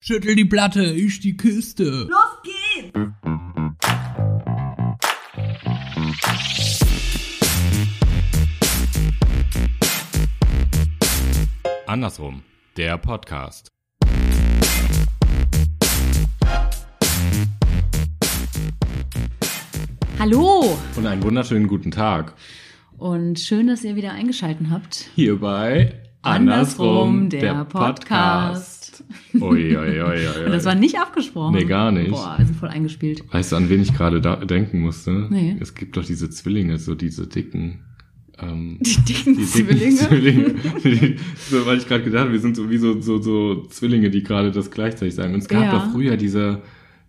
Schüttel die Platte, ich die Kiste. Los geht's! Andersrum, der Podcast. Hallo Und einen wunderschönen guten Tag und schön, dass ihr wieder eingeschalten habt. hier bei Andersrum, Andersrum, der Podcast. Uiuiuiui. Und das war nicht abgesprochen. Nee, gar nicht. Boah, wir sind voll eingespielt. Weißt du, an wen ich gerade da denken musste? Nee. Es gibt doch diese Zwillinge, so diese dicken. Ähm, Die dicken die dicken Zwillinge. Zwillinge. Die- so, weil ich gerade gedacht habe, wir sind so wie so, so, so Zwillinge, die gerade das gleichzeitig sagen. Und es gab Ja. doch früher diese,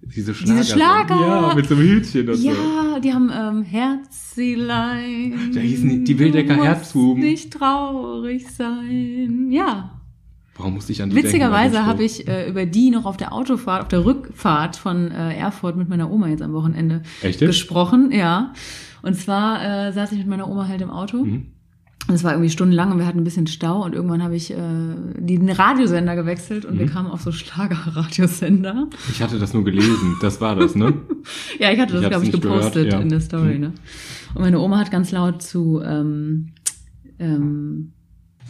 diese Schlager. Schlager. Ja, mit so einem Hütchen und so. Ja, die haben ähm, Herzilein. Da hießen die- die Wildecker Du musst Herzbuben. nicht traurig sein. Ja. Warum musste ich an die halt Witzigerweise habe ich ich äh, über die noch auf der Autofahrt, auf der Rückfahrt von äh, Erfurt mit meiner Oma jetzt am Wochenende Echt jetzt? gesprochen. Ja. Und zwar äh, saß ich mit meiner Oma halt im Auto. Mhm. Und Es war irgendwie stundenlang und wir hatten ein bisschen Stau und irgendwann habe ich äh, den Radiosender gewechselt und wir Mhm. kamen auf so Schlager-Radiosender. Ich hatte das nur gelesen. Das war das, ne? Ja, ich hatte Ich das, hab's glaube ich, nicht gepostet gehört, ja. in der Story. Mhm. Ne? Und meine Oma hat ganz laut zu, ähm, ähm,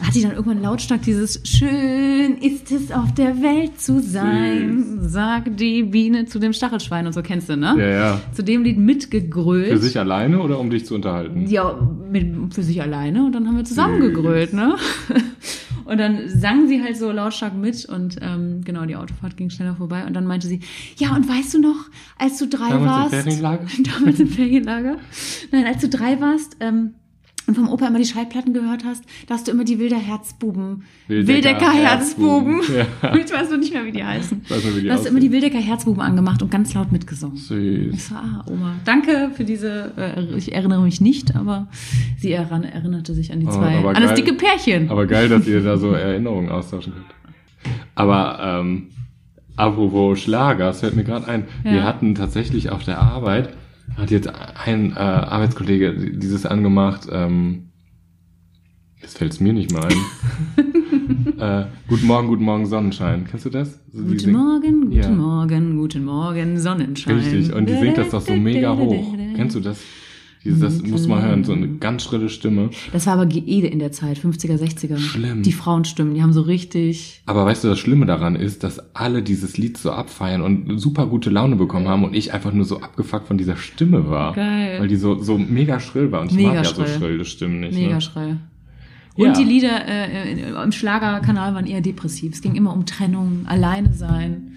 hat sie dann irgendwann lautstark dieses Schön ist es auf der Welt zu sein, sagt die Biene zu dem Stachelschwein und so kennst du, ne? Ja, ja. Zu dem Lied mitgegrölt. Für sich alleine oder um dich zu unterhalten? Ja, mit, für sich alleine und dann haben wir zusammengegrölt, ne? Und dann sang sie halt so lautstark mit und ähm, genau, die Autofahrt ging schneller vorbei und dann meinte sie, ja und weißt du noch, als du drei Damals im warst, Ferienlager? damals im Ferienlager, nein, als du drei warst ähm, und vom Opa immer die Schallplatten gehört hast, da hast du immer die Wilder Herzbuben, Wildecker Herzbuben, Ja, ich weiß noch nicht mehr, wie die heißen, ich weiß nicht, wie die da hast du immer die Wildecker Herzbuben angemacht und ganz laut mitgesungen. aussehen. Ich Süß. so, ah, Oma, danke für diese, äh, ich erinnere mich nicht, aber sie eran, erinnerte sich an die Oh, zwei, aber an das geil. dicke Pärchen. Aber geil, dass ihr da so Erinnerungen austauschen könnt. Aber ähm, apropos Schlager, es fällt mir gerade ein, Ja. wir hatten tatsächlich auf der Arbeit, hat jetzt ein äh, Arbeitskollege dieses angemacht, ähm, jetzt fällt es mir nicht mal ein. äh, guten Morgen, guten Morgen Sonnenschein. Kennst du das? So, die guten singen- Morgen, guten Ja. Morgen, guten Morgen, Sonnenschein. Richtig, und die singt das doch so mega hoch. Kennst du das? Dieses, das muss man hören, so eine ganz schrille Stimme. Das war aber Geede in der Zeit, 50er, 60er. Schlimm. Die Frauenstimmen, die haben so richtig... Aber weißt du, das Schlimme daran ist, dass alle dieses Lied so abfeiern und super gute Laune bekommen haben und ich einfach nur so abgefuckt von dieser Stimme war. Geil. Weil die so, so mega schrill war und ich Mega mag ja so schrill. schrille Stimmen nicht. Mega ne? schrill. Und Ja. die Lieder äh, äh, im Schlagerkanal waren eher depressiv. Es ging immer um Trennung, alleine sein.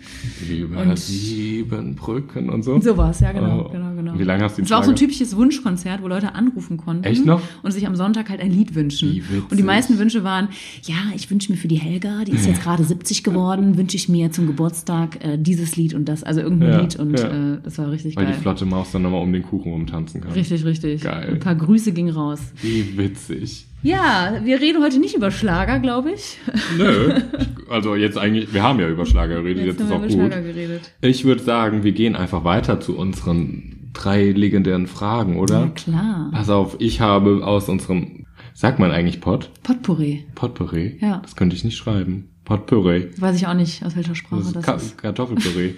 Über Und- sieben Brücken und so. So war es, ja, genau, Oh. genau, genau. Wie lange hast du den Es war auch so ein Schlager- typisches Wunschkonzert, wo Leute anrufen konnten. Echt noch? Und sich am Sonntag halt ein Lied wünschen. Wie witzig. Und die meisten Wünsche waren, ja, ich wünsche mir für die Helga, die ist jetzt gerade 70 geworden, wünsche ich mir zum Geburtstag äh, dieses Lied und das, also irgendein Ja, Lied und ja. äh, das war richtig Weil geil. die flotte Maus dann nochmal um den Kuchen rumtanzen kann. Richtig, richtig. Geil. Ein paar Grüße gingen raus. Wie witzig. Ja, wir reden heute nicht über Schlager, glaube ich. Nö. Also jetzt eigentlich, wir haben ja über Schlager geredet, jetzt, haben ist auch wir über gut. Schlager geredet. Ich würde sagen, wir gehen einfach weiter zu unseren drei legendären Fragen, oder? Ja, klar. Pass auf, ich habe aus unserem, sagt man eigentlich Pot? Potpourri. Potpourri? Ja. Das könnte ich nicht schreiben. Potpourri. Weiß ich auch nicht, aus welcher Sprache Das ist Oh, das, Ka ist. Kartoffelpüree.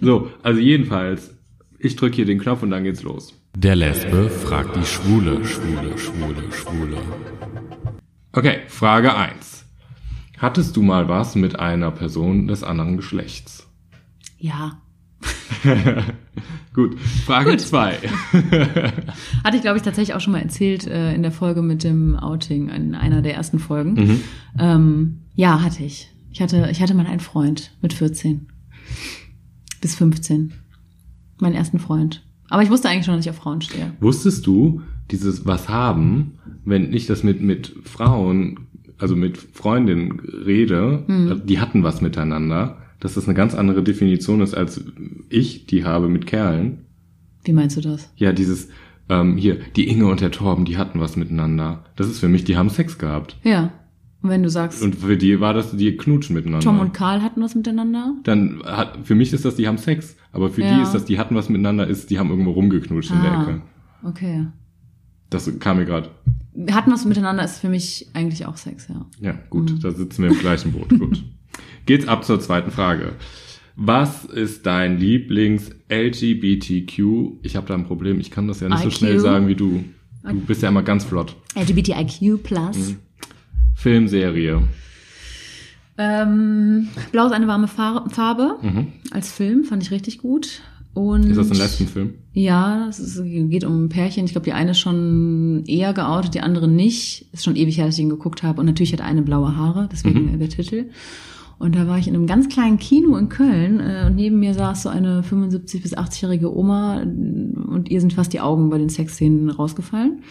so, also jedenfalls, ich drücke hier den Knopf und dann geht's los. Der Lesbe fragt die Schwule, Schwule, Schwule, Schwule. Okay, Frage 1. Hattest du mal was mit einer Person des anderen Geschlechts? Ja. Gut, Frage 2. Hatte ich, glaube ich, tatsächlich auch schon mal erzählt äh, in der Folge mit dem Outing, in einer der ersten Folgen. Mhm. Ähm, ja, hatte ich. Ich hatte, ich hatte mal einen Freund mit 14 bis 15. Meinen ersten Freund. Aber ich wusste eigentlich schon, dass ich auf Frauen stehe. Wusstest du, dieses was haben, wenn ich das mit, mit Frauen, also mit Freundinnen rede, Hm. also die hatten was miteinander, dass das eine ganz andere Definition ist, als ich die habe mit Kerlen. Wie meinst du das? Ja, dieses, ähm, hier, die Inge und der Torben, die hatten was miteinander. Das ist für mich, die haben Sex gehabt. Ja. Und wenn du sagst, Und für die war das, die knutschen miteinander. Tom und Karl hatten was miteinander? dann hat, für mich ist das, die haben Sex. Aber für die Ja. ist das, die hatten was miteinander, ist, die haben irgendwo rumgeknutscht in der Ah. Ecke. Okay. Das kam mir gerade. Hatten was miteinander ist für mich eigentlich auch Sex, ja. Ja, gut, da sitzen wir im gleichen Boot. Gut. Geht's ab zur zweiten Frage. Was ist dein Lieblings-LGBTQ? Ich habe da ein Problem, ich kann das ja nicht so IQ? schnell sagen wie du. Du bist ja immer ganz flott. LGBTIQ plus. Filmserie. Ähm, Blau ist eine warme Far- Farbe als Film, fand ich richtig gut. Und Mhm. Ist das ein letzten Film? Ja, es ist- geht um ein Pärchen. Ich glaube, die eine ist schon eher geoutet, die andere nicht. Ist schon ewig her, dass ich ihn geguckt habe. Und natürlich hat eine blaue Haare, deswegen äh, der Titel. Und da war ich in einem ganz kleinen Kino in Köln äh, und neben mir saß so eine 75- bis 80-jährige Oma äh, und ihr sind fast die Augen bei den Sexszenen rausgefallen.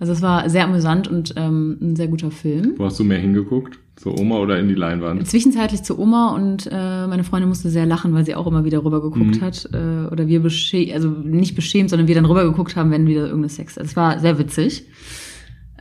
Also es war sehr amüsant und ähm, ein sehr guter Film. Wo hast du mehr hingeguckt? Zur Oma oder in die Leinwand? Zwischenzeitlich zu Oma und äh, meine Freundin musste sehr lachen, weil sie auch immer wieder rüber geguckt Mhm. hat. Äh, oder wir beschämt, also nicht beschämt, sondern wir dann rüber geguckt haben, wenn wieder irgendeine Sex. also Es war sehr witzig.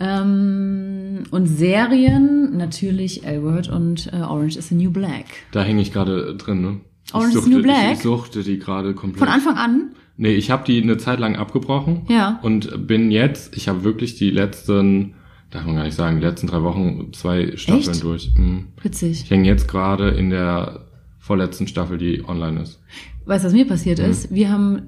Ähm, und Serien, natürlich L-Word und äh, Orange is the New Black. Da hänge ich gerade drin, ne? Ich Orange is the suchte, New Black? Ich suchte die gerade komplett. Von Anfang an, Nee, ich habe die eine Zeit lang abgebrochen. Ja. Und bin jetzt, ich habe wirklich die letzten, darf man gar nicht sagen, die letzten drei Wochen zwei Staffeln Echt? durch. Mhm. Ich witzig. hänge jetzt gerade in der vorletzten Staffel, die online ist. Weißt du, was mir Mhm. passiert ist? Wir haben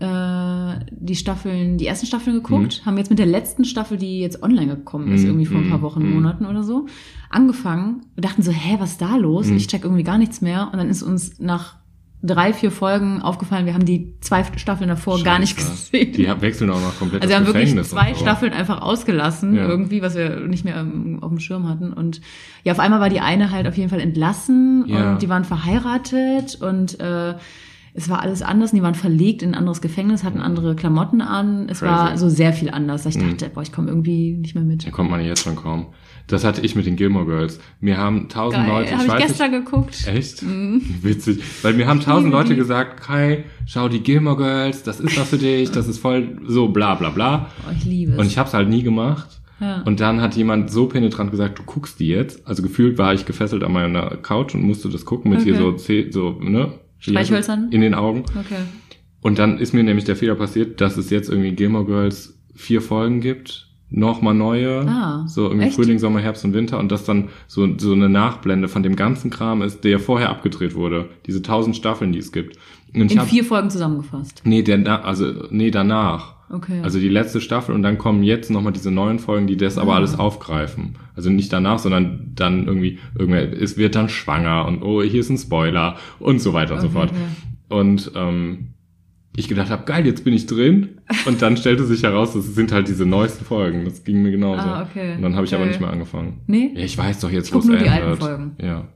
äh, die Staffeln, die ersten Staffeln geguckt, haben jetzt mit der letzten Staffel, die jetzt online gekommen ist, Mhm, irgendwie vor ein paar mhm, Wochen, mhm. Monaten oder so, angefangen und dachten so, hä, was ist da los? Und Mhm. ich check irgendwie gar nichts mehr. Und dann ist uns nach drei, vier Folgen aufgefallen, wir haben die zwei Staffeln davor Oh, gar nicht Scheiße. gesehen. Die hab- wechseln auch noch komplett also wir haben das wirklich Gefängnis zwei und so. Staffeln einfach ausgelassen, Ja. irgendwie, was wir nicht mehr ähm, auf dem Schirm hatten. Und ja, auf einmal war die eine halt auf jeden Fall entlassen Ja. und die waren verheiratet und äh, es war alles anders. Und die waren verlegt in ein anderes Gefängnis, hatten andere Klamotten an. Es Crazy. Mhm. war so sehr viel anders. dass Ich dachte, boah, ich komme irgendwie nicht mehr mit. Da kommt man jetzt schon kaum. Das hatte ich mit den Gilmore Girls. Mir haben tausend Geil, Leute, habe ich weiß nicht- Äh, gestern Mhm. geguckt. Echt? Witzig. Weil mir haben tausend liebe Leute die. gesagt, Kai, schau die Gilmore Girls, das ist was für dich, das ist voll so bla bla bla. Oh, ich liebe es. Und ich hab's halt nie gemacht. Ja. Und dann hat jemand so penetrant gesagt, du guckst die jetzt. Also gefühlt war ich gefesselt an meiner Couch und musste das gucken mit hier Okay. so, zeh- so ne? Wie heißt es? Streichhölzern? In den Augen. okay. Und dann ist mir nämlich der Fehler passiert, dass es jetzt irgendwie Gilmore Girls vier Folgen gibt, nochmal neue, Ah, so irgendwie echt? Frühling, Sommer, Herbst und Winter und das dann so, so eine Nachblende von dem ganzen Kram ist, der vorher abgedreht wurde. Diese tausend Staffeln, die es gibt. Und ich In hab, vier Folgen zusammengefasst. nee, der, na- also, nee, danach. Okay. Also die letzte Staffel und dann kommen jetzt nochmal diese neuen Folgen, die das aber Ah. alles aufgreifen. Also nicht danach, sondern dann irgendwie, irgendwer, es wird dann schwanger und oh, hier ist ein Spoiler und so weiter und so Okay, fort. Und ähm, ich gedacht habe, geil, jetzt bin ich drin. Und dann stellte sich heraus, das sind halt diese neuesten Folgen. Das ging mir genauso. Ah, okay. Und dann habe ich aber Okay. nicht mehr angefangen. Nee? Ja, ich weiß doch jetzt, Ich wo guck es nur die endet. alten Folgen. Ja.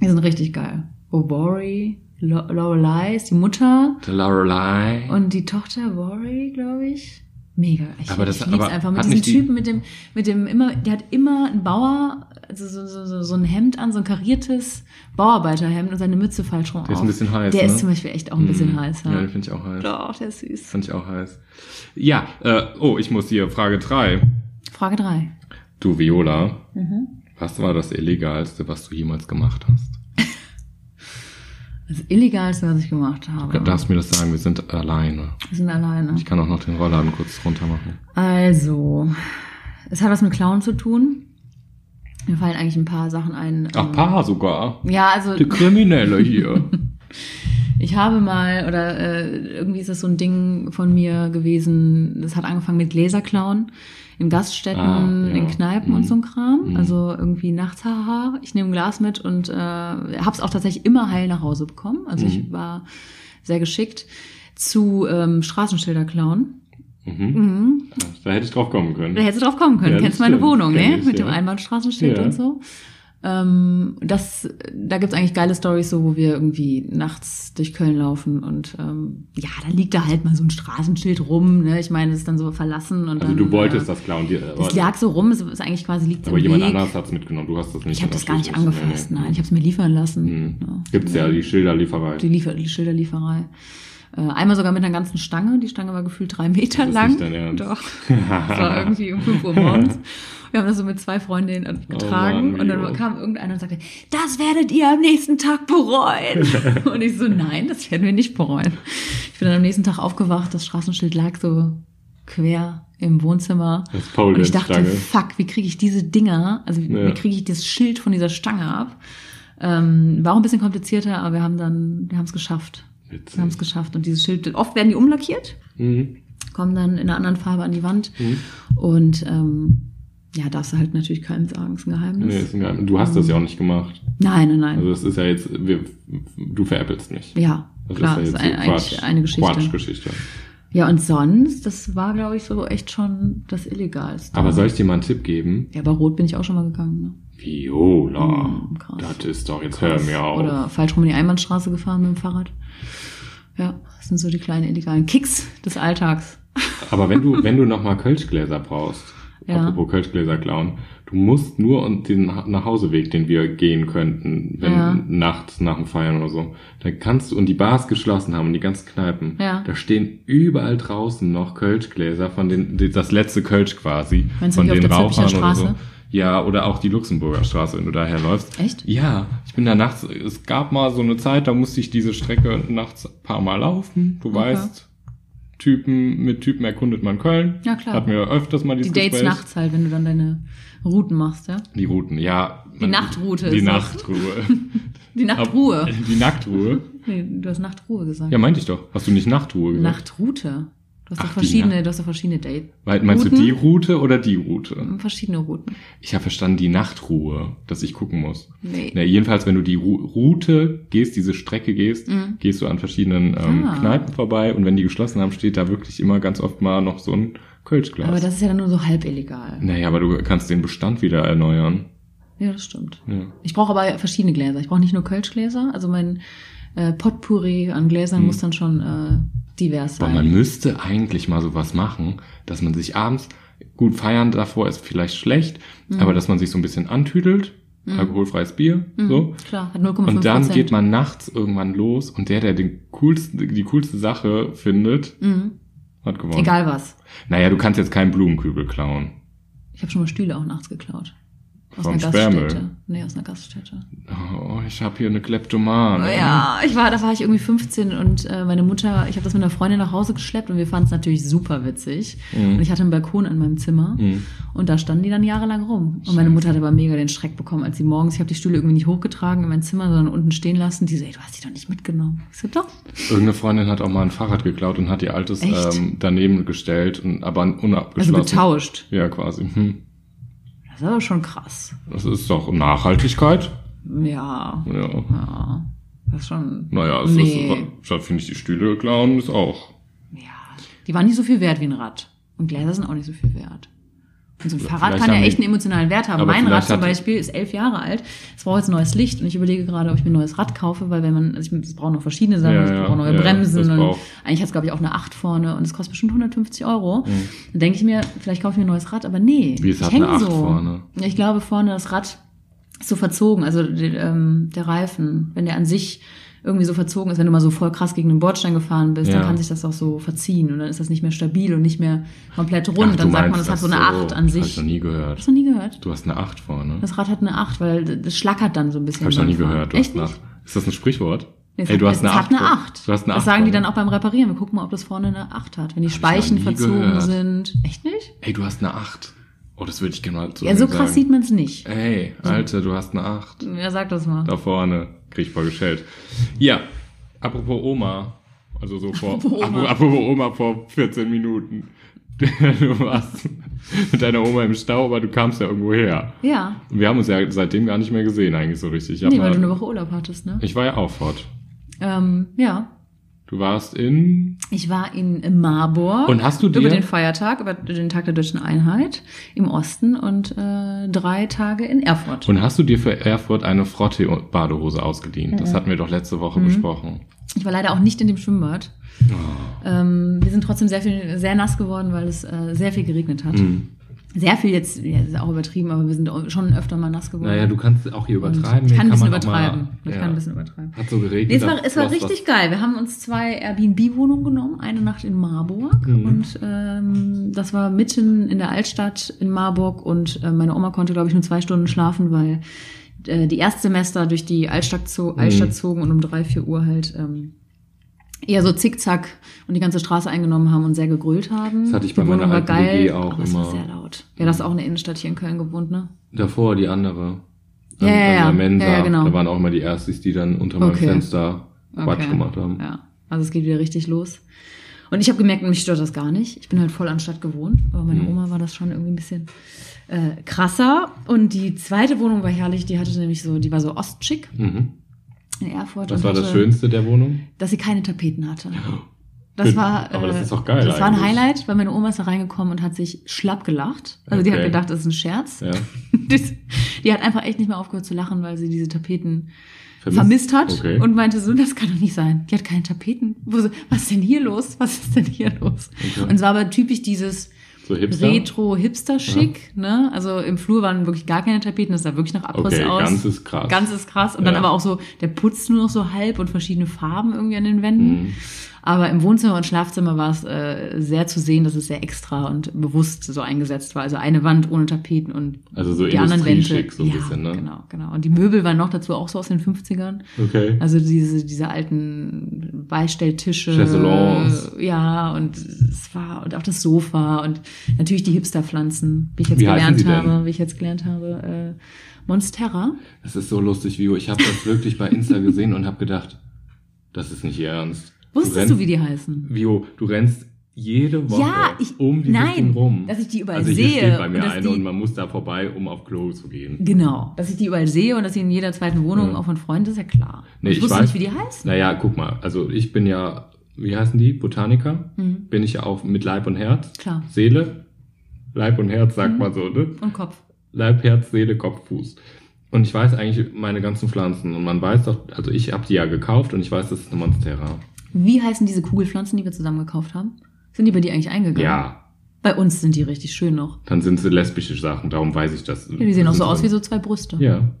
Die sind richtig geil. Obori, Lo- Lorelei ist die Mutter The Lorelei. und die Tochter Worry, glaube ich. Mega. Ich, Aber das- ich lieb's aber einfach mit hat diesem nicht die- Typen, mit dem, mit dem immer, der hat immer einen Bauer, also so, so, so, so ein Hemd an, so ein kariertes Bauarbeiterhemd und seine Mütze falsch rum Der ist auf. ein bisschen heiß, Der ne? ist zum Beispiel echt auch ein bisschen Mhm. heiß, Ja, ja. den finde ich auch heiß. Doch, der ist süß. Finde ich auch heiß. Ja, äh, oh, ich muss hier, Frage drei. Frage drei. Du, Viola, was war das Illegalste, was du jemals gemacht hast? Das Illegalste, was ich gemacht habe. Du darfst mir das sagen, wir sind alleine. Wir sind alleine. Ich kann auch noch den Rollladen kurz runter machen. Also, es hat was mit Clown zu tun. Mir fallen eigentlich ein paar Sachen ein. Ach, ähm, paar sogar. Ja, also Die Kriminelle hier. ich habe mal, oder äh, irgendwie ist das so ein Ding von mir gewesen, das hat angefangen mit Gläserklauen in Gaststätten, Ah, ja. in Kneipen Mhm. und so ein Kram. Mhm. Also irgendwie nachts, haha, ich nehme ein Glas mit und äh, hab's auch tatsächlich immer heil nach Hause bekommen. Also Mhm. ich war sehr geschickt zu ähm, Straßenschilder klauen. Mhm. Mhm. Da hätte ich drauf kommen Da können. hättest du drauf kommen können. Ja, das Kennst meine stimmt. Wohnung, Kenn ne? ich, Mit ja. dem Einbahnstraßenschild Ja. und so. Ähm, das, da gibt's eigentlich geile Stories, so wo wir irgendwie nachts durch Köln laufen und ähm, ja, dann liegt da halt mal so ein Straßenschild rum. Ne? Ich meine, das ist dann so verlassen und Also dann, du wolltest äh, das klauen, dir, aber, das lag so rum, es ist eigentlich quasi liegt aber im jemand Weg. anderes hat es mitgenommen. Du hast das nicht. Ich habe das gar nicht unterstützt. angefasst, Nee, nee. nein, ich habe es mir liefern lassen. Mhm. Ja. Gibt's ja die Schilderlieferei. Die, Liefer die Schilderlieferei. Äh, einmal sogar mit einer ganzen Stange. Die Stange war gefühlt drei Meter Das ist lang. nicht dein Ernst. Doch. Das war irgendwie um 5 Uhr morgens. Wir haben das so mit zwei Freundinnen äh, getragen. Oh Mann, und wie- dann kam irgendeiner und sagte, das werdet ihr am nächsten Tag bereuen. und ich so, nein, das werden wir nicht bereuen. Ich bin dann am nächsten Tag aufgewacht. Das Straßenschild lag so quer im Wohnzimmer. Das Und ich dachte, Pole-Dance-Stange. fuck, wie kriege ich diese Dinger, also wie, Ja. wie kriege ich das Schild von dieser Stange ab? Äh, Ähm, war auch ein bisschen komplizierter, aber wir haben dann, wir haben es geschafft. Witzig. Wir haben es geschafft. Und dieses Schild, oft werden die umlackiert, Mhm. kommen dann in einer anderen Farbe an die Wand. Und ähm, ja, darfst du halt natürlich keinem sagen, ist ein Nee, Geheimnis. ist ein Geheim- du hast das ja auch nicht gemacht. Nein, nein, nein. Also das ist ja jetzt, wir, du veräppelst mich. ja, Das klar, das ist ist ja ein, jetzt so eigentlich Quatsch, eine Geschichte. Quatschgeschichte. Ja, und sonst, das war, glaube ich, so echt schon das Illegalste. Aber soll ich dir mal einen Tipp geben? Ja, bei Rot bin ich auch schon mal gegangen. Ne? Viola, Mhm, krass. das ist doch, jetzt hör mir auf. Oder falsch rum in die Einbahnstraße gefahren mit dem Fahrrad. Ja, das sind so die kleinen illegalen Kicks des Alltags. Aber wenn du, wenn du nochmal Kölschgläser brauchst, Ja. apropos Kölschgläser klauen, du musst nur und den Ha- Nachhauseweg, den wir gehen könnten, wenn Ja. nachts nach dem Feiern oder so, dann kannst du, und die Bars geschlossen haben und die ganzen Kneipen, Ja. da stehen überall draußen noch Kölschgläser von den, die, das letzte Kölsch quasi, Meinst du von hier auf den der Zülpicher Rauchern oder so. Straße? Ja, oder auch die Luxemburger Straße, wenn du daher läufst. Echt? Ja, ich bin da nachts, es gab mal so eine Zeit, da musste ich diese Strecke nachts ein paar Mal laufen, du Okay. weißt. Typen, mit Typen erkundet man Köln. Ja, klar. Hat mir öfters mal Die dieses Dates Gespräch. nachts halt, wenn du dann deine Routen machst, ja? Die Routen, ja. Die Nachtroute Die ist das. Nachtruhe. Die Ab- Nachtruhe. Die Nachtruhe. Nee, du hast Nachtruhe gesagt. Ja, meinte ich doch. Hast du nicht Nachtruhe gesagt? Nachtroute. Du hast doch Ach, die verschiedene, Nacht- du hast doch verschiedene Dates. Weil- Meinst du Routen? die Route oder die Route? Verschiedene Routen. Ich habe verstanden, die Nachtruhe, dass ich gucken muss. Nee. Na, jedenfalls, wenn du die Ru Route gehst, diese Strecke gehst, Mhm. gehst du an verschiedenen ähm, Ah. Kneipen vorbei und wenn die geschlossen haben, steht da wirklich immer ganz oft mal noch so ein Kölschglas. Aber das ist ja dann nur so halb illegal. naja, aber du kannst den Bestand wieder erneuern. Ja, das stimmt. Ja. Ich brauche aber verschiedene Gläser. Ich brauche nicht nur Kölschgläser. Also mein äh, Potpourri an Gläsern muss dann schon äh, divers Mhm. Aber sein. man müsste eigentlich mal sowas machen, dass man sich abends, gut feiern davor ist vielleicht schlecht, aber dass man sich so ein bisschen antüdelt, alkoholfreies Bier, Mhm, so. Klar, hat 0,5 Und dann Prozent. geht man nachts irgendwann los und der, der den coolsten, die coolste Sache findet, Mhm. hat gewonnen. Egal was. Naja, du kannst jetzt keinen Blumenkübel klauen. Ich habe schon mal Stühle auch nachts geklaut. Aus Vom einer Sperrmüll. Gaststätte. Nee, aus einer Gaststätte. Oh Oh, ich habe hier eine Kleptomane. Ja, ich war, da war ich irgendwie 15 und äh, meine Mutter, ich habe das mit einer Freundin nach Hause geschleppt und wir fanden es natürlich super witzig. Mhm. Und ich hatte einen Balkon an meinem Zimmer und da standen die dann jahrelang rum. Und meine Mutter hat aber mega den Schreck bekommen, als sie morgens, ich habe die Stühle irgendwie nicht hochgetragen in mein Zimmer, sondern unten stehen lassen. Die so, ey, du hast die doch nicht mitgenommen. Ich so, doch. Irgendeine Freundin hat auch mal ein Fahrrad geklaut und hat ihr altes Echt? ähm, daneben gestellt, und, aber Also unabgeschlossen. getauscht. Ja, quasi. Hm. Das ist aber schon krass. Das ist doch Nachhaltigkeit. Ja, Ja. ja. Das ist schon. Naja, es nee. ist, statt finde ich die Stühle klauen, ist auch. Ja, die waren nicht so viel wert wie ein Rad. Und Gläser sind auch nicht so viel wert. Und so ein Fahrrad vielleicht kann ja haben die- echt einen emotionalen Wert haben. Aber Mein vielleicht Rad zum hat- Beispiel ist elf Jahre alt. Es braucht jetzt neues Licht und ich überlege gerade, ob ich mir ein neues Rad kaufe, weil wenn man, also ich, es braucht noch verschiedene Sachen, Ja, es ja, braucht neue ja, das Bremsen und braucht- eigentlich hat es glaube ich auch eine 8 vorne und es kostet bestimmt 150 Euro. Dann denke ich mir, vielleicht kaufe ich mir ein neues Rad, aber nee. Mhm. Wie, es ich hat häng eine 8 so. vorne? Ja, Ich glaube vorne das Rad ist so verzogen, also die, ähm, der Reifen, wenn der an sich irgendwie so verzogen ist, wenn du mal so voll krass gegen den Bordstein gefahren bist, dann Ja. kann sich das auch so verziehen und dann ist das nicht mehr stabil und nicht mehr komplett rund. Ach, du dann sagt man, meinst das hat so eine das so. Acht an Hab ich sich. noch Hast nie du gehört. noch nie gehört? Du hast eine 8 vorne. Das Rad hat eine Acht, weil das schlackert dann so ein bisschen. Habe ich noch nie beim Fahren. gehört. Du hast Echt nicht? eine Acht. Ist das ein Sprichwort? Nee, es Ey, du hat- hast es eine hat 8. eine Acht. Du hast eine ne? das 8 sagen die vorne. dann auch beim Reparieren. Wir gucken mal, ob das vorne eine Acht hat, wenn die ich noch Speichen nie verzogen gehört. sind. Echt nicht? Ey, du hast eine 8. Oh, das würde ich gerne mal zu Ja, mir so krass sagen. sieht man es nicht. Ey, Alter, du hast eine 8. Ja, sag das mal. Da vorne. Krieg ich voll geschellt. Ja, apropos Oma. Also so vor. Apropos Oma. Apropos, apropos Oma vor 14 Minuten. Du warst mit deiner Oma im Stau, aber du kamst ja irgendwo her. Ja. Und wir haben uns ja seitdem gar nicht mehr gesehen, eigentlich so richtig. Ich, hab Nee, weil mal, du eine Woche Urlaub hattest, ne? ich war ja auch fort. Ähm, ja. Du warst in. Ich war in Marburg. Und hast du dir- Über den Feiertag, über den Tag der Deutschen Einheit im Osten und äh, drei Tage in Erfurt. Und hast du dir für Erfurt eine Frotte-Badehose ausgeliehen? Das hatten wir doch letzte Woche Mhm. besprochen. Ich war leider auch nicht in dem Schwimmbad. Oh. Ähm, wir sind trotzdem sehr viel, sehr nass geworden, weil es äh, sehr viel geregnet hat. Mhm. Sehr viel jetzt, ja, das ist auch übertrieben, aber wir sind auch schon öfter mal nass geworden. kannst auch hier übertreiben. Ich kann ein bisschen übertreiben. ich kann ein bisschen übertreiben. Hat so geregnet. Nee, es war, es war richtig geil. Wir haben uns zwei Airbnb-Wohnungen genommen, eine Nacht in Marburg Mhm. und ähm, das war mitten in der Altstadt in Marburg und äh, meine Oma konnte, glaube ich, nur zwei Stunden schlafen, weil äh, die Erstsemester durch die Altstadt, Mhm. zo Altstadt zogen und um drei, vier Uhr halt ähm, eher so zickzack und die ganze Straße eingenommen haben und sehr gegrillt haben. Das hatte ich die bei meiner Wohnung war alten geil, WG auch aber es war immer. sehr laut. Ja, das ist auch in der Innenstadt hier in Köln gewohnt, ne? Davor die andere. an, Ja, ja, an ja. der Mensa. Ja, ja, genau. Da waren auch mal die Erstis, die dann unter meinem Okay. Fenster Quatsch gemacht haben. Ja, also es geht wieder richtig los. Und ich habe gemerkt, mich stört das gar nicht. Ich bin halt voll an Stadt gewohnt, aber meine Mhm. Oma war das schon irgendwie ein bisschen äh, krasser. Und die zweite Wohnung war herrlich, die hatte nämlich so, die war so ostschick Mhm. in Erfurt. Das und war das hatte- Schönste der Wohnung. Dass sie keine Tapeten hatte. Das Schön. war, Aber äh, das ist doch geil Das war ein eigentlich. Highlight, weil meine Oma ist da reingekommen und hat sich schlapp gelacht. Also die hat Okay. gedacht, das ist ein Scherz. Ja. Die, die hat einfach echt nicht mehr aufgehört zu lachen, weil sie diese Tapeten Vermisst? vermisst hat Hm? Okay. und meinte so, das kann doch nicht sein. Die hat keinen Tapeten. Wo so, was ist denn hier los? Was ist denn hier los? Okay. Und es war aber typisch dieses So Hipster. Retro-Hipster-Schick. Ne? Also im Flur waren wirklich gar keine Tapeten. Das sah wirklich nach Abriss Okay, aus. ganz ist krass. Ganz ist krass. Und dann Ja. aber auch so, der putzt nur noch so halb und verschiedene Farben irgendwie an den Wänden. Mhm. Aber im Wohnzimmer und Schlafzimmer war es äh, sehr zu sehen, dass es sehr extra und bewusst so eingesetzt war. Also eine Wand ohne Tapeten und Also so die anderen Wände. industrieschick so ein ja, bisschen, ne? genau, genau. Und die Möbel waren noch dazu auch so aus den 50ern. Okay. Also diese, diese alten Beistelltische. Chaiselongs. Ja, und es war, und auch das Sofa und natürlich die Hipsterpflanzen, wie ich jetzt Wie heißen gelernt sie denn? habe, wie ich jetzt gelernt habe, äh, Monstera. Das ist so lustig, Vio. Ich habe das wirklich bei Insta gesehen und habe gedacht, das ist nicht ihr Ernst. Wusstest du, wie die heißen? Vio, du rennst jede Woche Ja, ich- um dieses nein, Ding rum. dass ich die überall also hier sehe Steht bei und mir dass eine die- und man muss da vorbei, um auf Klo zu gehen. Genau. Dass ich die überall sehe und dass sie in jeder zweiten Wohnung Ja. auch von Freunden ist ja klar. Nee, ich ich wusste weiß- nicht, wie die heißen. Naja, guck mal. Also ich bin ja, wie heißen die? Botaniker. Mhm. Bin ich ja auch mit Leib und Herz. Klar. Mhm. Seele. Leib und Herz, sagt man so, ne? Und Kopf. Leib, Herz, Seele, Kopf, Fuß. Und ich weiß eigentlich meine ganzen Pflanzen. Und man weiß doch, also ich habe die ja gekauft und ich weiß, das ist eine Monstera. Wie heißen diese Kugelpflanzen, die wir zusammen gekauft haben? Sind die bei dir eigentlich eingegangen? Ja, Bei uns sind die richtig schön noch. dann sind sie lesbische Sachen, darum weiß ich das. Ja, die sehen auch so aus wie so zwei Brüste. Ja.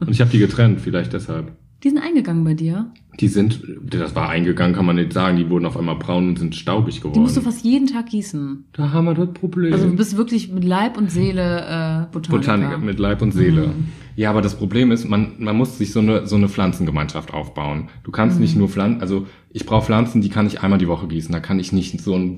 Und ich habe die getrennt, vielleicht deshalb. Die sind eingegangen bei dir. Die sind, das war eingegangen, kann man nicht sagen. Die wurden auf einmal braun und sind staubig geworden. Die musst du fast jeden Tag gießen. da haben wir das Problem. Also du bist wirklich mit Leib und Seele äh, Botaniker. Botanik mit Leib und Seele. Mhm. Ja, aber das Problem ist, man, man muss sich so eine, so eine Pflanzengemeinschaft aufbauen. Du kannst Mhm. nicht nur Pflanzen, also ich brauche Pflanzen, die kann ich einmal die Woche gießen. Da kann ich nicht so ein,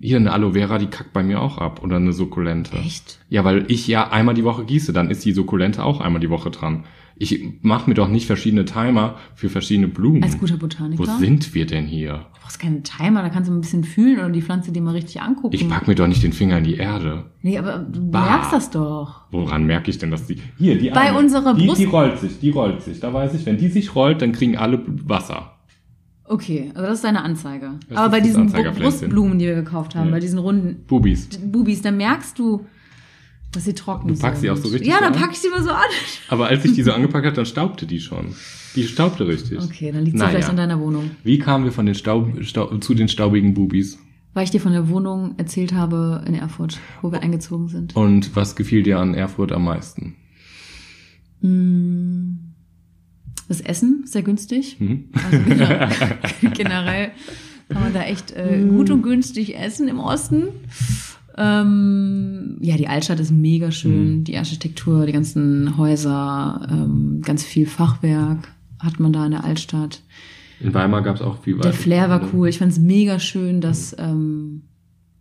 hier eine Aloe Vera, die kackt bei mir auch ab oder eine Sukkulente. Echt? Ja, weil ich ja einmal die Woche gieße, dann ist die Sukkulente auch einmal die Woche dran. Ich mache mir doch nicht verschiedene Timer für verschiedene Blumen. Als guter Mhm. Wo Botaniker. sind wir denn hier? du brauchst keinen Timer, da kannst du ein bisschen fühlen oder die Pflanze dir mal richtig angucken. Ich pack mir doch nicht den Finger in die Erde. Nee, aber du Bah. merkst das doch. Woran merke ich denn, dass die. Hier, die Bei eine, unserer die, Brust- Die rollt sich, die rollt sich. Da weiß ich, wenn die sich rollt, dann kriegen alle Wasser. Okay, also das ist deine Anzeige. Das aber ist bei das diesen Bu- Anzeigerpflänzchen. Brustblumen, die wir gekauft haben, Ja. bei diesen runden Bubis. Bubis, da merkst du, dass sie trocken sind. Du packst sie auch so richtig Ja, so dann an? pack ich sie mal so an. Aber als ich die so angepackt habe, dann staubte die schon. Die staubte richtig. Okay, dann liegt sie Naja. vielleicht an deiner Wohnung. Wie kamen wir von den Staub, Staub, zu den staubigen Bubis? Weil ich dir von der Wohnung erzählt habe in Erfurt, wo Oh. wir eingezogen sind. Und was gefiel dir an Erfurt am meisten? Hm. Das Essen, sehr günstig. Hm? Also gener- generell kann man da echt äh, gut und günstig essen im Osten. Ähm, ja, die Altstadt ist mega schön. Mhm. Die Architektur, die ganzen Häuser, ähm, ganz viel Fachwerk hat man da in der Altstadt. In Weimar gab's auch viel Der Wald- Flair war cool. Ich fand es mega schön, dass Mhm. ähm,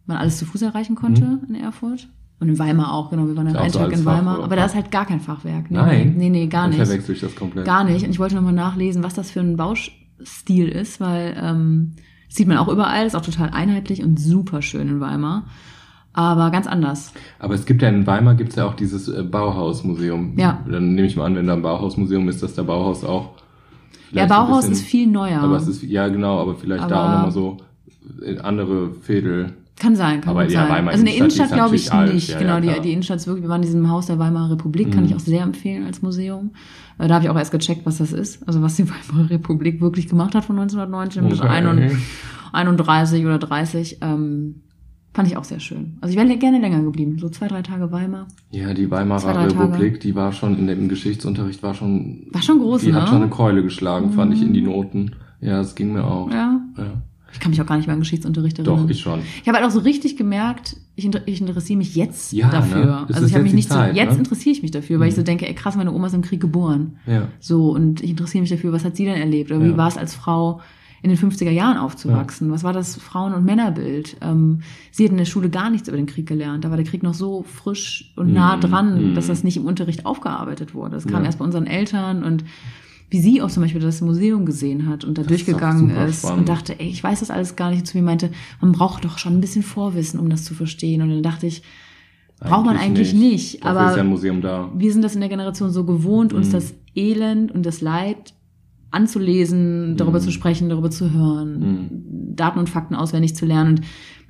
man alles zu Fuß erreichen konnte in Erfurt. Und in Weimar auch, genau. Wir waren dann Ist auch einen so Tag alles in Weimar. Fach- aber da ist halt gar kein Fachwerk. Nee, Nein. Nee, nee, gar Dann nicht. verwechsel ich das komplett. Gar nicht. Und ich wollte nochmal nachlesen, was das für ein Baustil ist, weil ähm, das sieht man auch überall, ist auch total einheitlich und super schön in Weimar. Aber ganz anders. Aber es gibt ja in Weimar gibt's ja auch dieses äh, Bauhausmuseum. Ja. Dann nehme ich mal an, wenn da ein Bauhausmuseum ist, dass der Bauhaus auch. vielleicht ja, ein Bauhaus bisschen- ist viel neuer. Aber es ist ja genau, aber vielleicht da auch Aber- nochmal so äh, andere Viertel. kann sein, kann Aber gut ja, sein. Weimar also eine Innenstadt Innenstadt ist glaube ich natürlich alt. nicht. Ja, genau, ja, die, klar. die Innenstadt ist wirklich, wir waren in diesem Haus der Weimarer Republik, kann Mhm. ich auch sehr empfehlen als Museum. Äh, Da habe ich auch erst gecheckt, was das ist. Also was die Weimarer Republik wirklich gemacht hat von 1919 bis Okay. 31. 31 oder 30. Ähm, fand ich auch sehr schön. Also ich wäre gerne länger geblieben. So zwei, drei Tage Weimar. Ja, die Zwei, drei Weimarer Tage. Republik, die war schon in dem Geschichtsunterricht, war schon. War schon groß, die ne? Mhm. hat schon eine Keule geschlagen, fand ich in die Noten. Ja, das ging mir auch. ja. Ja. Ich kann mich auch gar nicht mehr an Geschichtsunterricht erinnern. Doch, ich schon. Ich habe halt auch so richtig gemerkt, ich, inter ich interessiere mich jetzt Ja, ne? dafür. Es Also ist ich habe jetzt mich die nicht Zeit, so, jetzt ne? interessiere ich mich dafür, weil ich so Mhm. denke, ey krass, meine Oma ist im Krieg geboren. Ja. So, und ich interessiere mich dafür, was hat sie denn erlebt? Oder wie Ja. war es als Frau in den 50er Jahren aufzuwachsen. Was war das Frauen- und Männerbild? Ähm, sie hat in der Schule gar nichts über den Krieg gelernt. Da war der Krieg noch so frisch und nah Mhm. dran, Mhm. dass das nicht im Unterricht aufgearbeitet wurde. Das kam Ja. erst bei unseren Eltern und wie sie auch zum Beispiel das Museum gesehen hat und da ist durchgegangen doch super ist und spannend. dachte, ey, ich weiß das alles gar nicht. Und zu mir meinte, man braucht doch schon ein bisschen Vorwissen, um das zu verstehen. Und dann dachte ich, braucht man eigentlich nicht, Dafür aber- ist ja ein Museum da. wir sind das in der Generation so gewohnt, uns Mhm. das Elend und das Leid anzulesen, darüber Mhm. zu sprechen, darüber zu hören, Daten und Fakten auswendig zu lernen. Und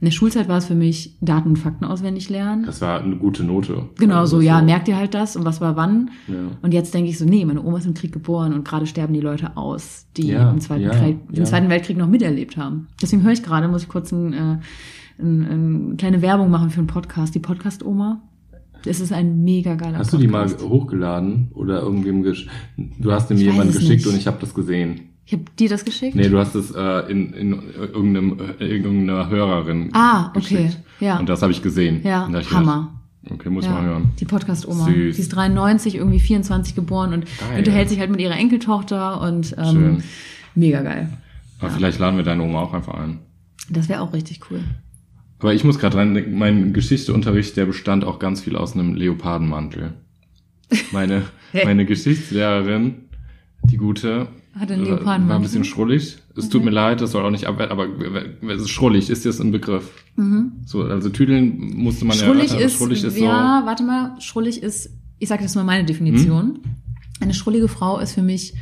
in der Schulzeit war es für mich Daten und Fakten auswendig lernen. Das war eine gute Note. genau Also so, das ja, war- merkt ihr halt das und was war wann. Ja. Und jetzt denke ich so, nee, meine Oma ist im Krieg geboren und gerade sterben die Leute aus, die Ja, im, Zweiten ja, Krieg, im ja. Zweiten Weltkrieg noch miterlebt haben. Deswegen höre ich gerade, muss ich kurz ein, äh, ein, ein kleine Werbung machen für einen Podcast, die Podcast-Oma. Das ist ein mega geiler Hast Podcast. du die mal hochgeladen oder irgendwem gesch Du hast dem Ich weiß jemand es geschickt nicht. und ich habe das gesehen. Ich habe dir das geschickt? Nee, du hast es äh, in, in irgendeinem, äh, irgendeiner Hörerin Ah, okay. geschickt. Ja. Und das habe ich gesehen. Ja, Und da hab ich Hammer. Gedacht, okay, muss ja. man hören. Die Podcast-Oma. Süß. Die ist 93, irgendwie 24 geboren und Geil. unterhält sich halt mit ihrer Enkeltochter und ähm, Schön. mega geil. Aber vielleicht laden wir deine Oma auch einfach ein. Das wäre auch richtig cool. Aber ich muss gerade dran denken, mein Geschichteunterricht, der bestand auch ganz viel aus einem Leopardenmantel. Meine, meine Geschichtslehrerin, die gute, Hatte einen war- war ein Leopardenmantel? bisschen schrullig. Es tut mir leid, das soll auch nicht abwerten, aber es ist schrullig ist jetzt ein Begriff. So, also tüdeln musste man Mhm. Schrullig, ja. ist, schrullig ist ja, warte mal, schrullig ist, ich sage das mal meine Definition. Hm? Eine schrullige Frau ist für mich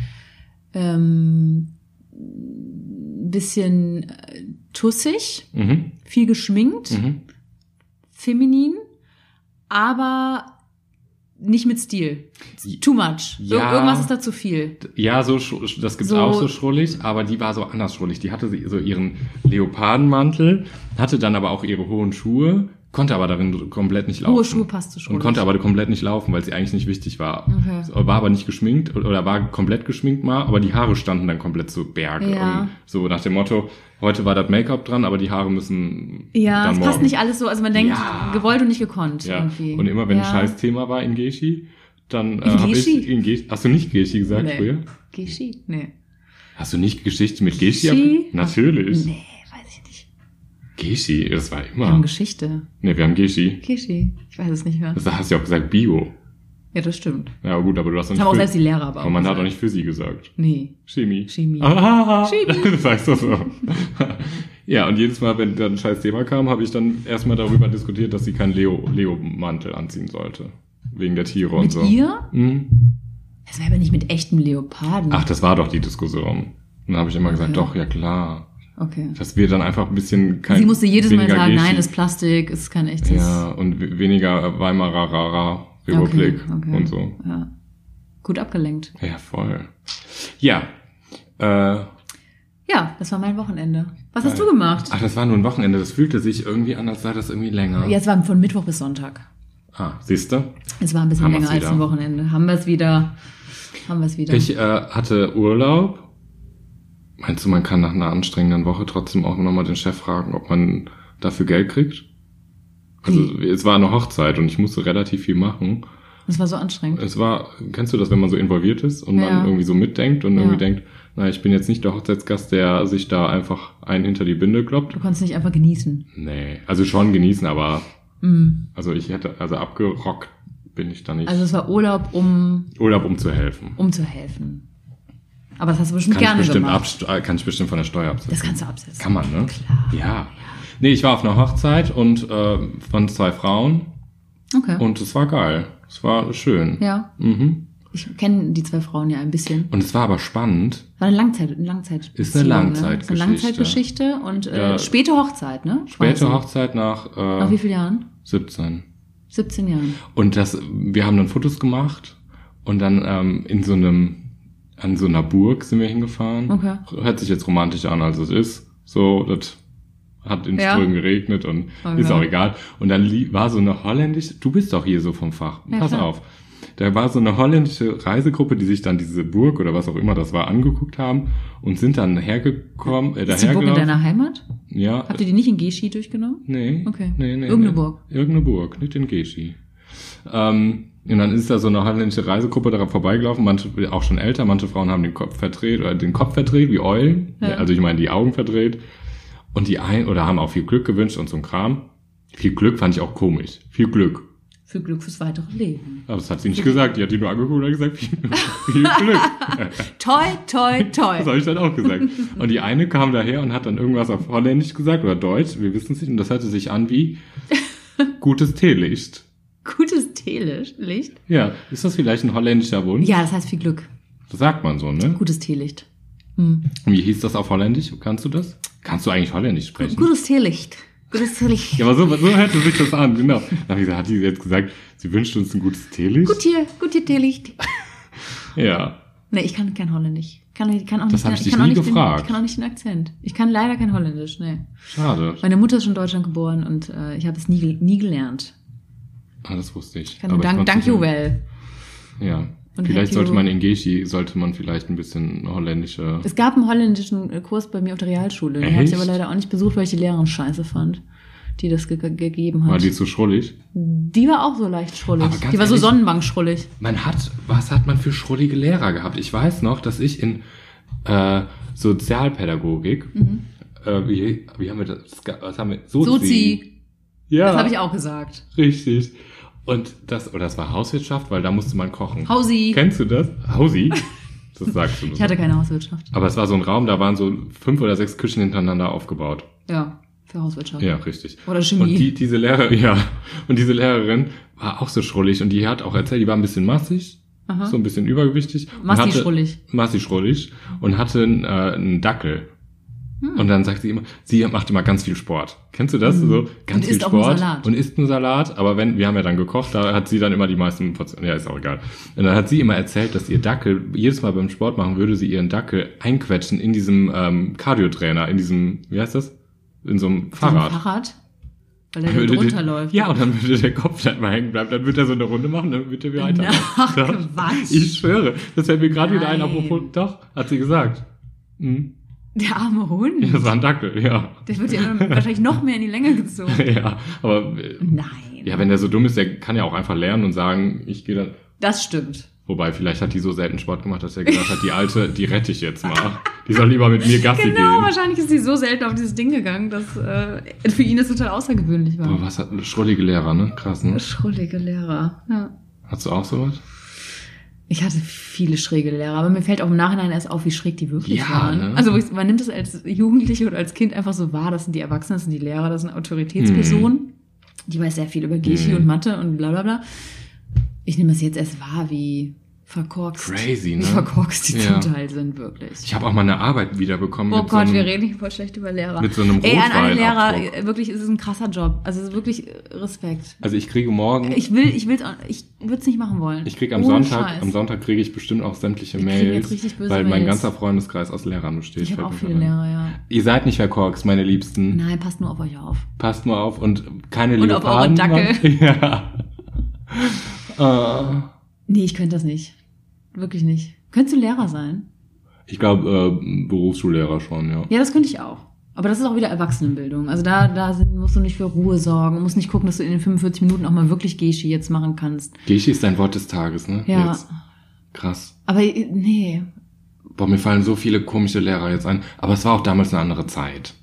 ähm, ein bisschen äh, tussig, so. Mhm, viel geschminkt, mhm. feminin, aber nicht mit Stil. Too much. Ir Ja. irgendwas ist da zu viel. Ja, so schru- das gibt's So- auch so schrullig, aber die war so anders schrullig. Die hatte so ihren Leopardenmantel, hatte dann aber auch ihre hohen Schuhe, konnte aber darin komplett nicht laufen. Hohe Schuhe passt zu schrullig. Und konnte aber komplett nicht laufen, weil sie eigentlich nicht wichtig war. Okay. So, War aber nicht geschminkt oder war komplett geschminkt mal, aber die Haare standen dann komplett zu Berge. Ja. Und so nach dem Motto, heute war das Make-up dran, aber die Haare müssen Ja, dann es morgen. passt nicht alles so. Also man denkt, Ja. gewollt und nicht gekonnt. ja. Irgendwie. Und immer wenn ja. ein scheiß Thema war in Geshi, dann äh, habe Geschi? ich in Geshi, hast du nicht Geshi gesagt Nee. früher? Geschi? Nee. Hast du nicht Geschichte mit Geschi? Geschi? abge- Natürlich. Nee, weiß ich nicht. Geschi, das war Wir haben immer. Geschichte. Ne, wir haben Geschi. Geschi. Ich weiß es nicht mehr. Das hast du ja auch gesagt Bio. Ja, das stimmt. Ja gut, aber du hast doch Das nicht. haben auch Phys- selbst die Lehrer aber aber man auch hat doch gesagt. nicht Physik gesagt. Nee. Chemie. Chemie. Ah, Chemie. Sagst du so. ja, und jedes Mal, wenn dann ein scheiß Thema kam, habe ich dann erstmal darüber diskutiert, dass sie keinen Leo- Leo-Mantel anziehen sollte. Wegen der Tiere und Mit so. ihr? Mhm. Das war aber nicht mit echtem Leoparden. Ach, das war doch die Diskussion. Und dann habe ich immer gesagt, Ja. doch, ja klar. Okay. Dass wir dann einfach ein bisschen kein Sie musste jedes Mal weniger sagen, nein, Geschi- es ist Plastik, es ist kein echtes. Ja, und we- weniger Weimarer Rara Republik und so. Ja. Gut abgelenkt. Ja, voll. Ja. Äh, Ja, das war mein Wochenende. Was hast Geil. du gemacht? ach, das war nur ein Wochenende. Das fühlte sich irgendwie an, als sei das irgendwie länger. Ja, es war von Mittwoch bis Sonntag. Ah, siehst du? Es war ein bisschen Haben länger wir's als wieder. ein Wochenende. Haben wir es wieder. Haben wir es wieder. Ich äh, hatte Urlaub. Meinst du, man kann nach einer anstrengenden Woche trotzdem auch nochmal den Chef fragen, ob man dafür Geld kriegt? Also es war eine Hochzeit und ich musste relativ viel machen. es war so anstrengend. Es war, kennst du das, wenn man so involviert ist und Ja. man irgendwie so mitdenkt und irgendwie Ja. denkt, na, ich bin jetzt nicht der Hochzeitsgast, der sich da einfach einen hinter die Binde kloppt. Du konntest nicht einfach genießen. Nee, also schon genießen, aber Mhm. also ich hätte, also abgerockt bin ich da nicht. Also es war Urlaub, um, Urlaub, um zu helfen. um zu helfen. Aber das hast du bestimmt Kann ich, gerne bestimmt gemacht. abst- äh, kann ich bestimmt von der Steuer absetzen. Das kannst du absetzen. Kann man, ne? Klar. Ja. Nee, ich war auf einer Hochzeit und äh, von zwei Frauen Okay. und es war geil. Es war schön. ja, Mhm. ich kenne die zwei Frauen ja ein bisschen. Und es war aber spannend. War eine Langzeit, eine Langzeit. Ist eine Langzeitgeschichte. Ne? Eine Langzeitgeschichte und äh, Ja. späte Hochzeit, ne? Weiß Späte nicht. Hochzeit nach, äh, Nach wie vielen Jahren? 17. 17 Jahren. Und das, wir haben dann Fotos gemacht und dann ähm, in so einem, an so einer Burg sind wir hingefahren. Okay. Hört sich jetzt romantisch an, als es ist. So, das hat in Ja. Oh Strömen geregnet und Okay. ist auch egal. Und dann lie- war so eine holländische, du bist doch hier so vom Fach, Ja, pass klar. auf. Da war so eine holländische Reisegruppe, die sich dann diese Burg oder was auch immer das war angeguckt haben und sind dann hergekommen, äh, Ist die Burg in dahergelaufen. deiner Heimat? Ja, Habt ihr die nicht in Geschi durchgenommen? Nee. Okay. Nee, nee, Irgendeine nee. Burg. Irgendeine Burg, nicht in Geschi. Ähm, Und dann ist da so eine holländische Reisegruppe daran vorbeigelaufen, manche auch schon älter, manche Frauen haben den Kopf verdreht oder den Kopf verdreht, wie Eulen. Ja. Also ich meine die Augen verdreht. Und die ein oder haben auch viel Glück gewünscht und so ein Kram. Viel Glück fand ich auch komisch. Viel Glück. Viel Glück fürs weitere Leben. Aber das hat sie nicht gesagt. Die hat die nur angeguckt und hat gesagt, viel, viel Glück. Toi, toi, toi. Das habe ich dann auch gesagt. Und die eine kam daher und hat dann irgendwas auf Holländisch gesagt oder Deutsch, wir wissen es nicht. Und das hörte sich an wie gutes Teelicht. Gutes Teelicht. Ja, ist das vielleicht ein holländischer Wunsch? Ja, das heißt viel Glück. Das sagt man so, ne? Gutes Teelicht. Wie hieß das auf Holländisch? Kannst du das? Kannst du eigentlich Holländisch sprechen? Gutes Teelicht. Gutes Teelicht. Ja, aber so, so hörte sich das an, genau. Dann hab ich gesagt, hat die jetzt gesagt, sie wünscht uns ein gutes Teelicht? Gut hier, gut hier Teelicht. Ja. Nee, ich kann kein Holländisch. Kann, kann auch Das nicht, hab ich dich kann auch nie nicht Den, gefragt. ich kann auch nicht den Akzent. Ich kann leider kein Holländisch, nee. Schade. Meine Mutter ist schon in Deutschland geboren und äh, ich habe es nie, gel- nie gelernt. Ah, das wusste ich. Ich kann nur Aber ich Genau, dank, konnte dank es nicht. you well. Ja. Und thank vielleicht you. sollte man in Geshi, sollte man vielleicht ein bisschen holländische... Es gab einen holländischen äh, Kurs bei mir auf der Realschule. Den habe ich Echt? aber leider auch nicht besucht, weil ich die Lehrerin scheiße fand, die das ge gegeben War hat. die zu schrullig? Die war auch so leicht schrullig. Aber ganz Die war so ehrlich- sonnenbankschrullig. man hat, was hat man für schrullige Lehrer gehabt? Ich weiß noch, dass ich in äh, Sozialpädagogik, Mhm. äh, wie, wie haben wir das, was haben wir? Sozi. Sozi. Ja, Das habe ich auch gesagt. richtig. Und das, oder das war Hauswirtschaft, weil da musste man kochen. Hausi. Kennst du das? Hausi? Das sagst du Ich hatte keine Hauswirtschaft. Aber es war so ein Raum, da waren so fünf oder sechs Küchen hintereinander aufgebaut. Ja, für Hauswirtschaft. Ja, richtig. Oder Chemie. Und die, diese Lehrer, ja, und diese Lehrerin war auch so schrullig und die hat auch erzählt, die war ein bisschen massig, Aha. so ein bisschen übergewichtig. und Massi hatte- schrullig. Massi schrullig und hatte einen, äh, einen Dackel. Und dann sagt sie immer, sie macht immer ganz viel Sport. Kennst du das? So ganz viel isst auch Sport nur Salat. und isst nur Salat. Aber wenn wir haben ja dann gekocht, da hat sie dann immer die meisten Portionen. Ja, ist auch egal. Und dann hat sie immer erzählt, dass ihr Dackel jedes Mal beim Sport machen würde, sie ihren Dackel einquetschen in diesem ähm, Cardio-Trainer, in diesem, wie heißt das? In so einem So ein Fahrrad. Fahrrad. Weil er da drunter läuft. Ja, und dann würde der Kopf dann mal hängen bleiben. Dann wird er so eine Runde machen, dann wird er wieder weiter. Ach, Ja. Quatsch. Ich schwöre, das fällt mir gerade wieder ein, Nein. apropos, doch, hat sie gesagt. Mhm. Der arme Hund. Das war ein Dackel, ja. Der wird ja dann wahrscheinlich noch mehr in die Länge gezogen. ja, aber äh, Nein. ja, wenn der so dumm ist, der kann ja auch einfach lernen und sagen, ich gehe dann. Das stimmt. Wobei, vielleicht hat die so selten Sport gemacht, dass er gesagt hat, die Alte, die rette ich jetzt mal. Die soll lieber mit mir Gassi Genau, gehen. wahrscheinlich ist sie so selten auf dieses Ding gegangen, dass äh, für ihn das total außergewöhnlich Aber war. Oh, was hat schrullige Lehrer, ne? Krass, ne? Schrullige Lehrer. Ja. Hast du auch sowas? Ich hatte viele schräge Lehrer, aber mir fällt auch im Nachhinein erst auf, wie schräg die wirklich Ja, waren. ne? Also wo ich- man nimmt es als Jugendliche oder als Kind einfach so wahr, das sind die Erwachsenen, das sind die Lehrer, das sind Autoritätspersonen. Die weiß sehr viel über Griechi Mhm. und Mathe und bla bla bla. Ich nehme es jetzt erst wahr, wie verkorkst, Crazy, wie ne? verkorkst die Ja. zum Teil sind, wirklich. Ich habe auch mal eine Arbeit wiederbekommen. Oh mit so Gott, einem- wir reden hier voll schlecht über Lehrer. mit so einem Ey, an alle Lehrer, Rotweinabdruck. äh, wirklich, es ist ein krasser Job. Also es ist wirklich äh, Respekt. Also ich kriege morgen, ich, Ich will, ich will's, auch, ich würd's nicht machen wollen. kriege am Ohne Sonntag, Scheiß. am Sonntag kriege ich bestimmt auch sämtliche Wir kriegen jetzt Mails, richtig böse weil mein Mails. ganzer Freundeskreis aus Lehrern besteht. Ich habe Fällt auch mir viele gerade ein. Lehrer, ja. Ihr seid nicht verkorkst, meine Liebsten. Nein, passt nur auf euch auf. Passt nur auf und keine Und auf Leoparden. ne? euren Dackel. Ja. Äh, Nee, ich könnte das nicht. Wirklich nicht. Könntest du Lehrer sein? ich glaube, äh, Berufsschullehrer schon, ja. Ja, das könnte ich auch. Aber das ist auch wieder Erwachsenenbildung. Also da, da sind, musst du nicht für Ruhe sorgen, musst nicht gucken, dass du in den 45 Minuten auch mal wirklich Geschi jetzt machen kannst. Geschi ist ein Wort des Tages, ne? Ja. Jetzt. Krass. Aber äh, nee, Boah, mir fallen so viele komische Lehrer jetzt ein. Aber es war auch damals eine andere Zeit.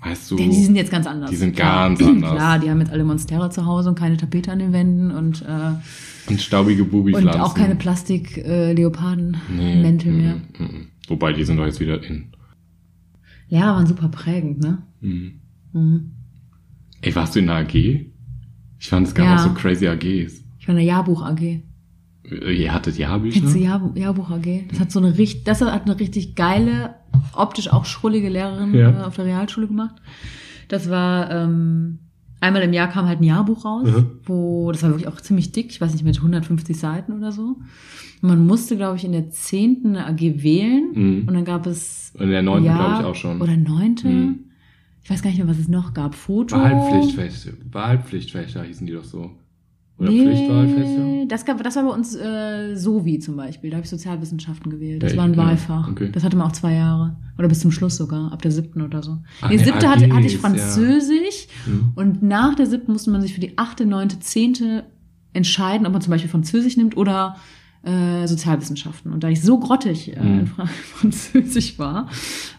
Weißt du? Denn die sind jetzt ganz anders. Die sind Klar. ganz anders. Klar, die haben jetzt alle Monstera zu Hause und keine Tapete an den Wänden und, äh, und staubige Bubi-Pflanzen. und auch keine Plastik-Leoparden-Mäntel mhm, mehr. mhm. Wobei, die sind doch jetzt wieder in. Lehrer waren super prägend, ne? Mhm. Mhm. Ey, warst du in einer AG? Ich fand, es gab Ja. auch so crazy AGs. Ich war in der Jahrbuch-AG. Äh, Ihr hattet Jahrbücher? Kennst du Jahrbuch, Jahrbuch AG? Das hat so eine richtig, das hat eine richtig geile, optisch auch schrullige Lehrerin Ja. äh, auf der Realschule gemacht. Das war ähm, einmal im Jahr kam halt ein Jahrbuch raus, Mhm. wo das war wirklich auch ziemlich dick, ich weiß nicht mit 150 Seiten oder so. Und man musste glaube ich in der zehnten eine AG wählen Mhm. und dann gab es In der neunten, Jahr- glaube ich, auch schon. oder neunte. Mhm. Ich weiß gar nicht mehr, was es noch gab. Foto. Wahlpflichtfeste. Wahlpflichtfächer hießen die doch so. Oder Pflichtwahlfächer? Nee, das, gab, das war bei uns äh, Sovi zum Beispiel. Da habe ich Sozialwissenschaften gewählt. Das Ja, war ein ich- ja, Wahlfach. okay. Das hatte man auch zwei Jahre. Oder bis zum Schluss sogar, ab der siebten oder so. Ah, nee, nee, siebte hatte, hatte AGs, ich ja. Französisch. Mhm. Und nach der siebten musste man sich für die achte, neunte, zehnte entscheiden, ob man zum Beispiel Französisch nimmt oder äh, Sozialwissenschaften. Und da ich so grottig äh, Mhm. in Fra- Französisch war,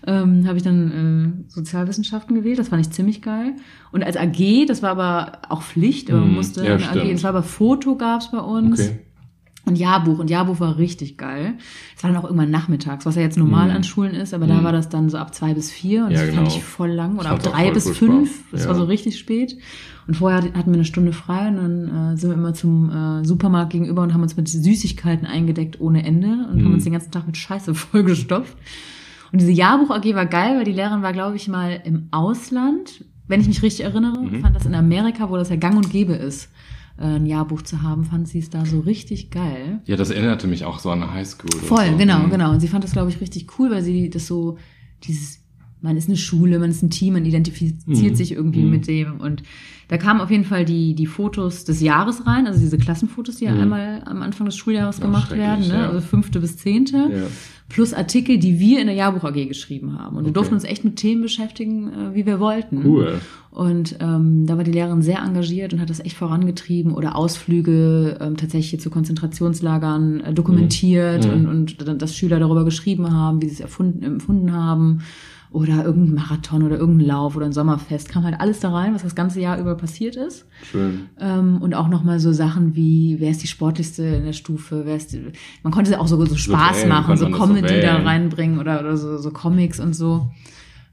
ähm, habe ich dann äh, Sozialwissenschaften gewählt. Das fand ich ziemlich geil. Und als AG, das war aber auch Pflicht, aber man Mhm, musste ja, eine AG. stimmt. Es war aber Foto gab's bei uns. Okay. Und Jahrbuch. Und Jahrbuch war richtig geil. Es war dann auch irgendwann nachmittags, was ja jetzt normal Mhm. an Schulen ist, aber da Mhm. war das dann so ab zwei bis vier. Und Ja, das genau. fand ich voll lang. Ich Oder ab fand's auch drei voll bis furchtbar. fünf. Das Ja. war so richtig spät. Und vorher hat- hatten wir eine Stunde frei und dann äh, sind wir immer zum äh, Supermarkt gegenüber und haben uns mit Süßigkeiten eingedeckt ohne Ende und haben Mhm. uns den ganzen Tag mit Scheiße vollgestopft. Und diese Jahrbuch AG war geil, weil die Lehrerin war, glaube ich, mal im Ausland. Wenn ich mich richtig erinnere, Mhm. fand das in Amerika, wo das ja gang und gäbe ist, äh, ein Jahrbuch zu haben, fand sie es da so richtig geil. Ja, das erinnerte mich auch so an eine Highschool. oder Voll, so. genau, Mhm. genau. Und sie fand das, glaube ich, richtig cool, weil sie das so, dieses, man ist eine Schule, man ist ein Team, man identifiziert Mhm. sich irgendwie Mhm. mit dem. Und da kamen auf jeden Fall die, die Fotos des Jahres rein, also diese Klassenfotos, die ja Mhm. einmal am Anfang des Schuljahres Ja, gemacht werden, schrecklich, ne? ja. also fünfte bis zehnte Ja. plus Artikel, die wir in der Jahrbuch AG geschrieben haben. Und wir Okay. durften uns echt mit Themen beschäftigen, äh, wie wir wollten. Cool. Und ähm, da war die Lehrerin sehr engagiert und hat das echt vorangetrieben oder Ausflüge ähm, tatsächlich hier zu Konzentrationslagern äh, dokumentiert Mhm. Und, und dann- dass Schüler darüber geschrieben haben, wie sie es erfunden, empfunden haben. Oder irgendein Marathon oder irgendein Lauf oder ein Sommerfest. Kam halt alles da rein, was das ganze Jahr über passiert ist. Schön. Ähm, und auch nochmal so Sachen wie, wer ist die sportlichste in der Stufe, wer ist die, man konnte sie auch so, so Spaß wählen, machen, konnte so man das so Comedy da wählen. reinbringen oder, oder so, so Comics und so.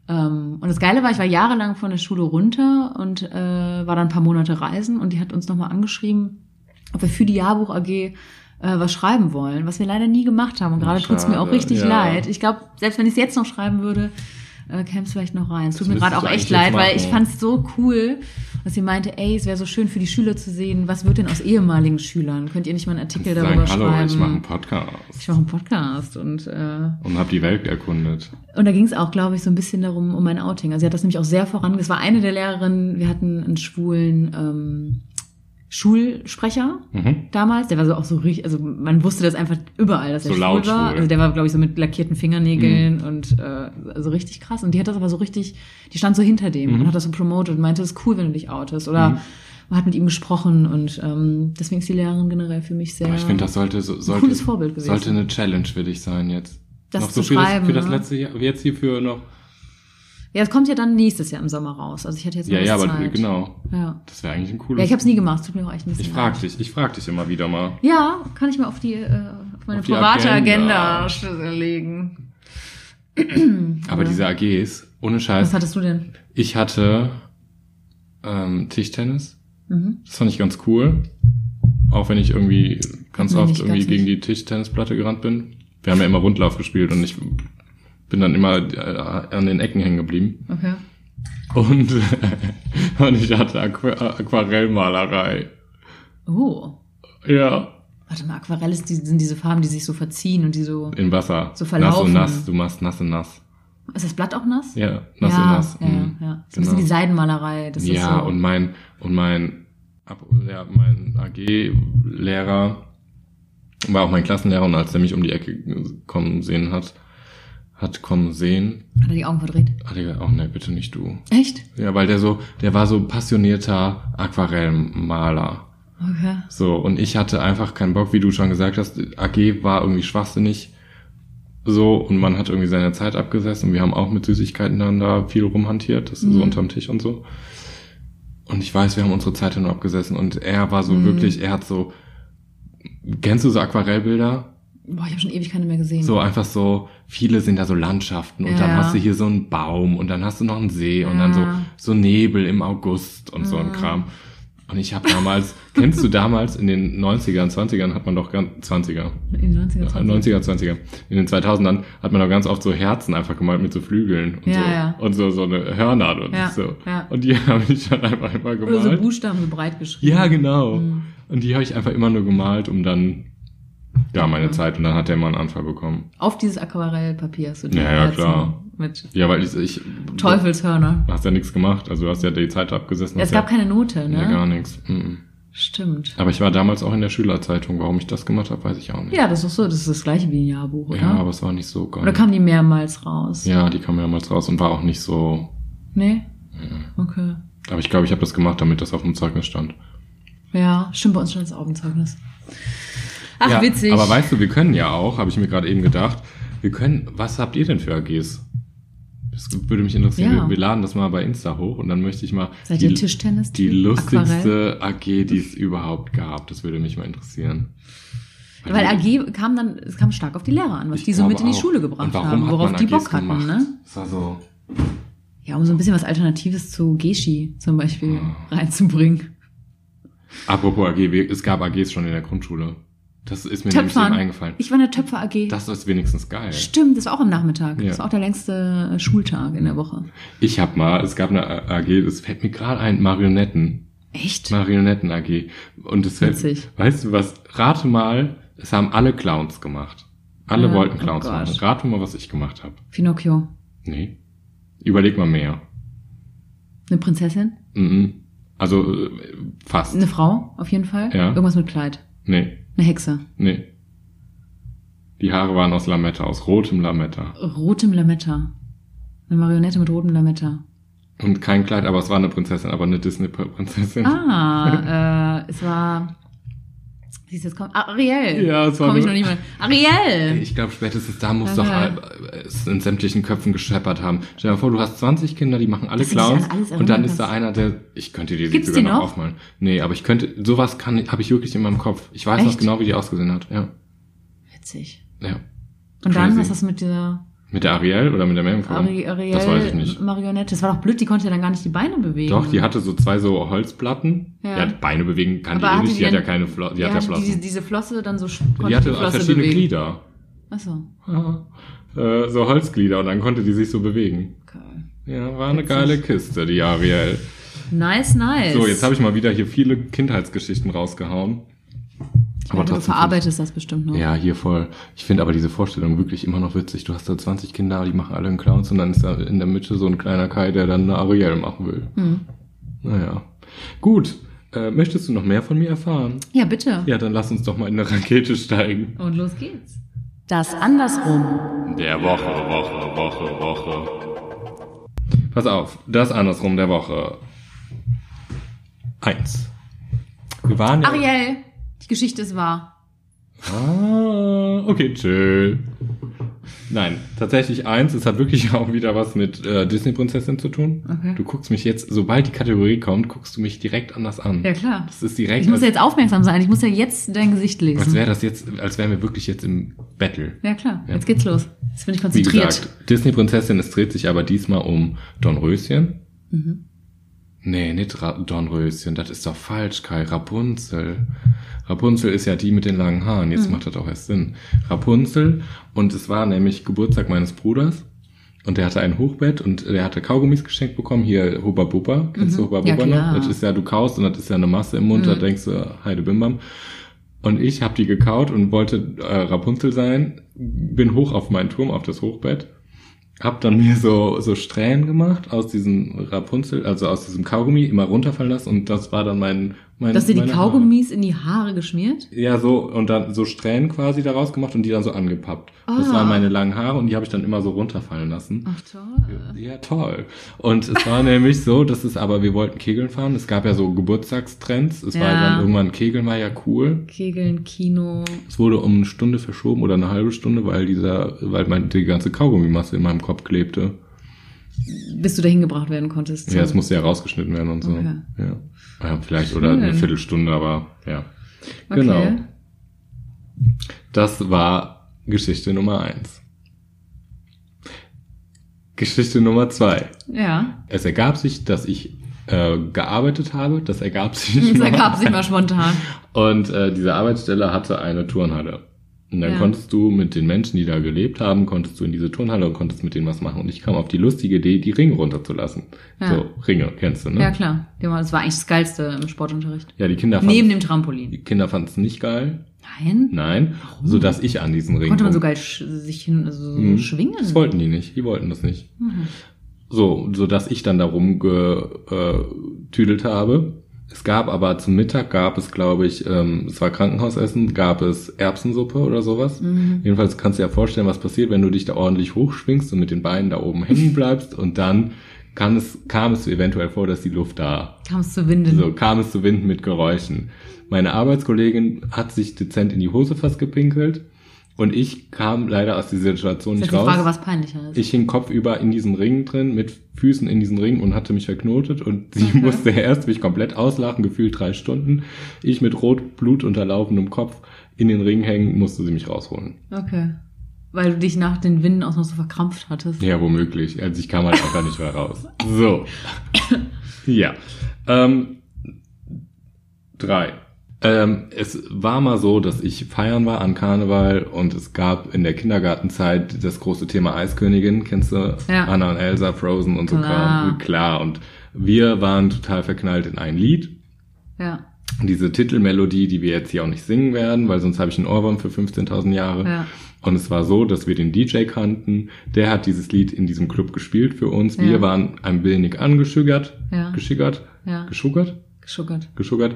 Ähm, und das Geile war, ich war jahrelang von der Schule runter und äh, war dann ein paar Monate reisen und die hat uns nochmal angeschrieben, ob wir für die Jahrbuch AG äh, was schreiben wollen, was wir leider nie gemacht haben. Und Ach, gerade tut's mir auch schade, richtig ja. leid. Ich glaube, selbst wenn ich es jetzt noch schreiben würde, äh, käme es vielleicht noch rein. Es tut mir gerade müsstest auch du echt eigentlich jetzt leid, weil ich machen. fand es so cool, dass sie meinte, ey, es wäre so schön für die Schüler zu sehen, was wird denn aus ehemaligen Schülern? Könnt ihr nicht mal einen Artikel darüber Sagen, hallo, schreiben? ich mache einen Podcast Ich mache einen Podcast und äh, und habe die Welt erkundet. und da ging es auch, glaube ich, so ein bisschen darum, um mein Outing. Also sie hat das nämlich auch sehr voran. Es war eine der Lehrerinnen, wir hatten einen schwulen ähm, Schulsprecher Mhm. damals. Der war so auch so richtig, also man wusste das einfach überall, dass So er Mhm. schwul laut war. schwul. Also der war, glaube ich, so mit lackierten Fingernägeln und äh, also richtig krass. Und die hat das aber so richtig, die stand so hinter dem Mhm. und hat das so promotet und meinte, es ist cool, wenn du dich outest. Oder Mhm. man hat mit ihm gesprochen und ähm, deswegen ist die Lehrerin generell für mich sehr. Aber ich finde, das sollte, so- sollte, cooles Vorbild gewesen. sollte eine Challenge für dich sein jetzt. Das noch zu so für das, schreiben, für das ne? letzte Jahr, jetzt hier für noch. Ja, es kommt ja dann nächstes Jahr im Sommer raus. Also ich hatte jetzt noch Ja, ja, nicht aber Zeit. genau. Ja. Das wäre eigentlich ein cooles. Ja, ich habe es nie gemacht, es tut mir auch echt nicht ich frag dich, ich frag dich immer wieder mal. Ja, kann ich mir auf die äh, auf meine Auf die private Agenda, Agenda. legen. Aber Ja. diese AGs, ohne Was Scheiß. hattest du denn? Ich hatte ähm, Tischtennis. Mhm. Das fand ich ganz cool. Auch wenn ich irgendwie ganz Nee, oft nicht irgendwie ganz gegen nicht. die Tischtennisplatte gerannt bin. Wir haben ja immer Rundlauf gespielt und ich bin dann immer äh, an den Ecken hängen geblieben. Okay. Und, und ich hatte Aqu Aquarellmalerei. Oh. Ja, Warte mal, Aquarell ist die, sind diese Farben, die sich so verziehen und die so. im Wasser. So nass verlaufen. und nass, du machst nass und nass. Ist das Blatt auch nass? Ja, nass ja, und nass. Ja, mhm. ja. So ein Genau. bisschen die Seidenmalerei. Das ist ja, so. und mein und mein Ab- ja, mein AG-Lehrer war auch mein Klassenlehrer und als er mich um die Ecke kommen sehen hat, hat kommen sehen, Hat er die Augen verdreht? hat er gesagt, oh ne, bitte nicht du. Echt? Ja, weil der so, der war so passionierter Aquarellmaler. Okay. So, und ich hatte einfach keinen Bock, wie du schon gesagt hast, AG war irgendwie schwachsinnig. So, und man hat irgendwie seine Zeit abgesessen und wir haben auch mit Süßigkeiten dann da viel rumhantiert, das Mhm. so unterm Tisch und so. Und ich weiß, wir haben unsere Zeit dann abgesessen und er war so wirklich, er hat so, kennst du so Aquarellbilder? Boah, ich habe schon ewig keine mehr gesehen. So einfach so, viele sind da so Landschaften und Mhm. Ja. dann hast du hier so einen Baum und dann hast du noch einen See und dann so, Ja. so Nebel im August und so ein Kram. Und ich habe damals, kennst du damals in den 90ern, 20ern hat man doch ganz, 20er, In den 90er. 90er, 20er, in den 2000ern hat man doch ganz oft so Herzen einfach gemalt mit so Flügeln und, Ja, so, ja. und so, so eine Hörner und Ja, so. ja. Und die habe ich dann einfach immer gemalt. Oder so Mhm. Buchstaben so breit geschrieben. Ja, genau. Und die habe ich einfach immer nur gemalt, um dann, ja, meine Zeit. Und dann hat der mal einen Anfall bekommen. Auf dieses Aquarellpapier hast du die Ja, ja, Herzen klar. Mit Ja, weil ich, ich Teufelshörner. Du hast ja nichts gemacht, also du hast ja die Zeit abgesessen. Es hast gab ja, keine Note, ne? Ja, gar nichts. Mhm. Stimmt. Aber ich war damals auch in der Schülerzeitung. Warum ich das gemacht habe, weiß ich auch nicht. Ja, das ist doch so, das ist das gleiche wie ein Jahrbuch, oder? ja aber es war nicht so geil. oder kam die mehrmals raus? ja, die kam damals raus und war auch nicht so. Nee? Okay. Aber ich glaube, ich habe das gemacht, damit das auf dem Zeugnis stand. Ja, stimmt bei uns schon das Augenzeugnis. Ach, ja, witzig. Aber weißt du, wir können ja auch, habe ich mir gerade eben gedacht, wir können, was habt ihr denn für AGs? Das würde mich interessieren. Ja. Wir, wir laden das mal bei Insta hoch und dann möchte ich mal Seid ihr Tischtennis? die lustigste AG, die es überhaupt gab. Das würde mich mal interessieren. Weil AG kam dann, es kam stark auf die Lehrer an, was Ich die so mit in glaube die auch. Schule gebracht Und warum haben, hat worauf man die AGs Bock hatten, gemacht? ne? Das war so. Ja, um so ein bisschen was Alternatives zu Geschi zum Beispiel Ah. reinzubringen. Apropos AG, wir- es gab AGs schon in der Grundschule. Das ist mir nämlich eben Töpfern. eingefallen. Ich war in der Töpfer AG. Das ist wenigstens geil. Stimmt, das war auch am Nachmittag. Ja. Mhm. Das war auch der längste äh, Schultag in der Woche. Ich hab mal, es gab eine AG, das fällt mir gerade ein, Marionetten. Echt? Marionetten AG. Und es fällt, Witzig. weißt du was, rate mal, es haben alle Clowns gemacht. Alle Ah, wollten oh Clowns Gott. machen. Rate mal, was ich gemacht habe. Pinocchio. Nee. Überleg mal mehr. Eine Prinzessin? Mhm. Also äh, fast. Eine Frau, auf jeden Fall? Ja. Irgendwas mit Kleid. Nee, Eine Hexe. nee. Die Haare waren aus Lametta, aus rotem Lametta. Rotem Lametta. Eine Marionette mit rotem Lametta. Und kein Kleid, aber es war eine Prinzessin, aber eine Disney-Prinzessin. Ah, äh, es war. Siehst du, jetzt kommt. ah, Ariel. Ja, es war Komm ich noch nur- nicht mal. Ariel! Ich glaube, spätestens da muss doch Aha. äh, es in sämtlichen Köpfen gescheppert haben. Stell dir mal vor, du hast 20 Kinder, die machen alle Dass du dich an Clowns alles und dann erinnern ist da kannst. einer, der ich könnte dir die Gibt's sogar die noch noch? aufmalen. Nee, aber ich könnte sowas kann habe ich wirklich in meinem Kopf. Ich weiß noch Echt? genau, wie die ausgesehen hat. Ja. Witzig. Ja. Und dann, Crazy. was das mit dieser Mit der Ariel oder mit der Meerjungfrau? Ari Das weiß ich nicht. Ariel-Marionette? Das war doch blöd, die konnte ja dann gar nicht die Beine bewegen. Doch, die hatte so zwei so Holzplatten. Ja. Ja, Beine bewegen kann Aber die eh hatte nicht, die die hat ja dann- keine Flo die hat ja ja, diese, Flossen. diese Flosse dann so sch- Die, konnte hatte die Flosse verschiedene bewegen. Glieder. Achso. Äh, so Holzglieder und dann konnte die sich so bewegen. Okay. Ja, war eine Witzig. geile Kiste, die Ariel. Nice, nice. So, jetzt habe ich mal wieder hier viele Kindheitsgeschichten rausgehauen. ich meine, du verarbeitest das bestimmt noch. Ja, hier voll. Ich finde aber diese Vorstellung wirklich immer noch witzig. Du hast da 20 Kinder, die machen alle einen Clowns und dann ist da in der Mitte so ein kleiner Kai, der dann eine Ariel machen will. Hm. Naja. Gut. Äh, möchtest du noch mehr von mir erfahren? ja bitte. Ja, dann lass uns doch mal in eine Rakete steigen. Und los geht's. Das andersrum. Der Woche, Woche, Woche, Woche. Pass auf, das andersrum der Woche. Eins. Wir waren ja... Ariel, die Geschichte ist wahr. Ah, okay, chill. Nein, tatsächlich eins, es hat wirklich auch wieder was mit äh, Disney-Prinzessin zu tun. Okay. Du guckst mich jetzt, sobald die Kategorie kommt, guckst du mich direkt anders an. Ja, klar. Das ist direkt, Ich muss als, jetzt aufmerksam sein. Ich muss ja jetzt dein Gesicht als lesen. wäre das jetzt, als wären wir wirklich jetzt im Battle. Ja, klar. Ja. Jetzt geht's los. Jetzt bin ich Wie konzentriert. gesagt, Disney-Prinzessin, es dreht sich aber diesmal um Dornröschen. Mhm. Nee, nicht Ra Dornröschen, das ist doch falsch, Kai. Rapunzel. Rapunzel ist ja die mit den langen Haaren, jetzt Mhm. macht das auch erst Sinn. Rapunzel, und es war nämlich Geburtstag meines Bruders, und der hatte ein Hochbett, und der hatte Kaugummis geschenkt bekommen, hier Hubba Bubba, kennst du Mhm. Hubba Ja, Bubba klar. Mhm. noch? Das ist ja, du kaust, und das ist ja eine Masse im Mund, da denkst du, Heide Bim Bam. Und ich habe die gekaut und wollte äh, Rapunzel sein, bin hoch auf meinen Turm, auf das Hochbett, hab dann mir so so Strähnen gemacht aus diesem Rapunzel, also aus diesem Kaugummi, immer runterfallen lassen und das war dann mein mein Dass dir die meine Haare. Kaugummis in die Haare geschmiert? Ja, so und dann so Strähnen quasi daraus gemacht und die dann so angepappt. Das Ah. waren meine langen Haare und die habe ich dann immer so runterfallen lassen. Ach toll. Ja, toll. Und es war nämlich so, dass es aber, wir wollten Kegeln fahren. Es gab ja so Geburtstagstrends. Es war Ja. dann irgendwann, Kegeln war ja cool. Kegeln, Kino. Es wurde um eine Stunde verschoben oder eine halbe Stunde, weil dieser, weil mein, die ganze Kaugummimasse in meinem Kopf klebte. Bis du dahin gebracht werden konntest. Ja, es musste ja rausgeschnitten werden und so. Okay. Ja. ja, vielleicht oder eine Schön. Viertelstunde, aber ja. Okay. Genau. Das war Geschichte Nummer eins. Geschichte Nummer zwei. Ja. Es ergab sich, dass ich äh, gearbeitet habe. Das ergab sich. Das mal. ergab sich mal spontan. Und äh, diese Arbeitsstelle hatte eine Turnhalle. Und dann Ja. konntest du mit den Menschen, die da gelebt haben, konntest du in diese Turnhalle und konntest mit denen was machen. Und ich kam auf die lustige Idee, die Ringe runterzulassen. Ja. So, Ringe, kennst du, ne? Ja, klar. Ja, Das war eigentlich das Geilste im Sportunterricht. Ja, die Kinder Neben fanden dem Trampolin. die Kinder fanden es nicht geil. Nein. Nein. Sodass ich an diesen Ring. Konnte man rum- so geil sch sich hin, also so Mhm. schwingen? Das wollten die nicht. Die wollten das nicht. Mhm. So, sodass ich dann darum getüdelt habe. Es gab aber zum Mittag gab es, glaube ich, ähm, es war Krankenhausessen, gab es Erbsensuppe oder sowas. Mhm. Jedenfalls kannst du dir ja vorstellen, was passiert, wenn du dich da ordentlich hochschwingst und mit den Beinen da oben hängen bleibst und dann kam es, kam es eventuell vor, dass die Luft da Kamst du Windeln? so kam es zu Wind mit Geräuschen. Meine Arbeitskollegin hat sich dezent in die Hose fast gepinkelt und ich kam leider aus dieser Situation das nicht ist jetzt die raus. Frage, was peinlicher ist. ich hing kopfüber in diesem Ring drin, mit Füßen in diesem Ring und hatte mich verknotet und sie Okay. musste erst mich komplett auslachen, gefühlt drei Stunden. Ich mit rot Blut unterlaufenem Kopf in den Ring hängen, musste sie mich rausholen. okay. Weil du dich nach den Winden auch noch so verkrampft hattest. Ja, womöglich. Also ich kam halt einfach nicht mehr raus. So. Ja. Ähm, drei. Ähm, es war mal so, dass ich feiern war an Karneval und es gab in der Kindergartenzeit das große Thema Eiskönigin, kennst du? Ja. Anna und Elsa, Frozen und so Klar. Kram. Klar. Und wir waren total verknallt in ein Lied. Ja, Diese Titelmelodie, die wir jetzt hier auch nicht singen werden, weil sonst habe ich einen Ohrwurm für 15.000 Jahre. ja. Und es war so, dass wir den DJ kannten. Der hat dieses Lied in diesem Club gespielt für uns. Ja. Wir waren ein wenig angeschiggert, Ja. geschiggert, Ja. geschuggert, Geschuckert. geschuggert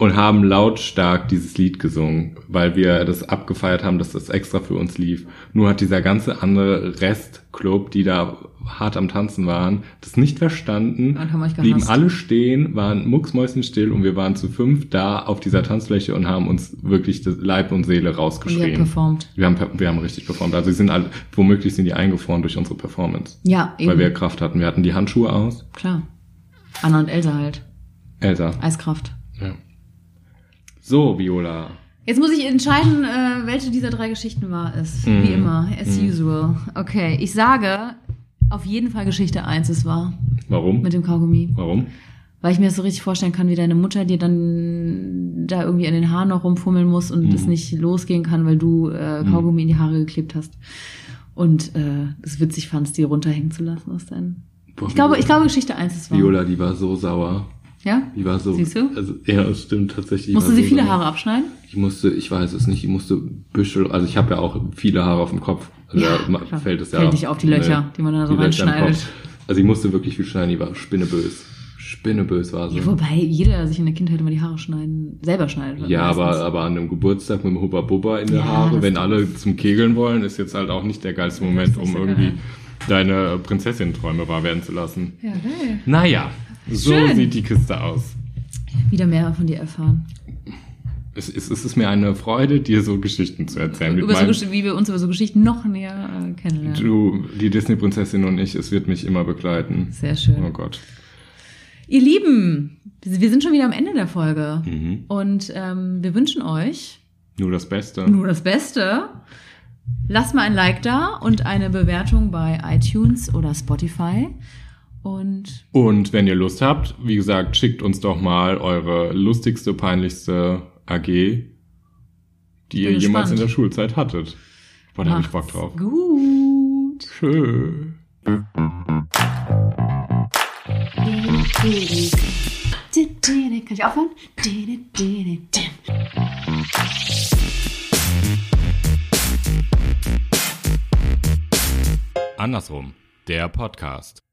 und haben lautstark dieses Lied gesungen, weil wir das abgefeiert haben, dass das extra für uns lief. Nur hat dieser ganze andere Restclub, die da hart am Tanzen waren, das nicht verstanden. Und Ah, haben euch blieben gehasst. alle stehen, waren mucksmäuschenstill und wir waren zu fünf da auf dieser Tanzfläche und haben uns wirklich das Leib und Seele Und ihr habt rausgeschrien. performt. Wir haben, wir haben richtig performt. Also sie sind alle, womöglich sind die eingefroren durch unsere Performance. Ja, eben. Weil wir Kraft hatten. Wir hatten die Handschuhe aus. Klar. Anna und Elsa halt. Elsa. Eiskraft. Ja. So, Viola. Jetzt muss ich entscheiden, äh, welche dieser drei Geschichten wahr ist. Wie immer, as usual. Okay, ich sage, auf jeden Fall Geschichte 1 ist wahr. Warum? Mit dem Kaugummi. Warum? Weil ich mir das so richtig vorstellen kann, wie deine Mutter dir dann da irgendwie an den Haaren noch rumfummeln muss und es nicht losgehen kann, weil du äh, Kaugummi in die Haare geklebt hast. Und äh, es witzig fandst, die runterhängen zu lassen aus deinen. Boah, Ich glaube, Viola. ich glaube Geschichte 1 ist wahr. Viola, die war so sauer. Ja? Die war so. Siehst du? Also, ja, das stimmt tatsächlich. Die Musste war sie so viele sauer. Haare abschneiden? Ich musste, ich weiß es nicht, ich musste Büschel, also ich habe ja auch viele Haare auf dem Kopf. Also Ja, da ma- klar. fällt es ja Fällt nicht auf, die Löcher, die man da so Löcher im reinschneidet. Kopf. Also ich musste wirklich viel schneiden, die war spinnebös. Spinnebös war sie. Ja, wobei jeder sich in der Kindheit immer die Haare schneiden, selber schneidet. Ja, meistens. aber, aber an einem Geburtstag mit dem Hubba Bubba in der Ja, das Haare, wenn stimmt. alle zum Kegeln wollen, ist jetzt halt auch nicht der geilste Moment, Das ist um nicht so irgendwie geil. deine Prinzessin-Träume wahr werden zu lassen. Ja, geil. Naja, so Schön. sieht die Kiste aus. Wieder mehr von dir erfahren. Es, es, es ist mir eine Freude, dir so Geschichten zu erzählen. Mit Über so, meinem- Gesch- wie wir uns über so Geschichten noch näher äh, kennenlernen. du, die Disney-Prinzessin und ich, es wird mich immer begleiten. Sehr schön. Oh Gott. Ihr Lieben, wir sind schon wieder am Ende der Folge. Mhm. Und ähm, wir wünschen euch Nur das Beste. nur das Beste. Lasst mal ein Like da und eine Bewertung bei iTunes oder Spotify. Und Und wenn ihr Lust habt, wie gesagt, schickt uns doch mal eure lustigste, peinlichste AG, die ihr gespannt. jemals in der Schulzeit hattet. Boah, da hab ich macht's Bock drauf. gut. Tschö. Kann ich aufhören? Andersrum, der Podcast.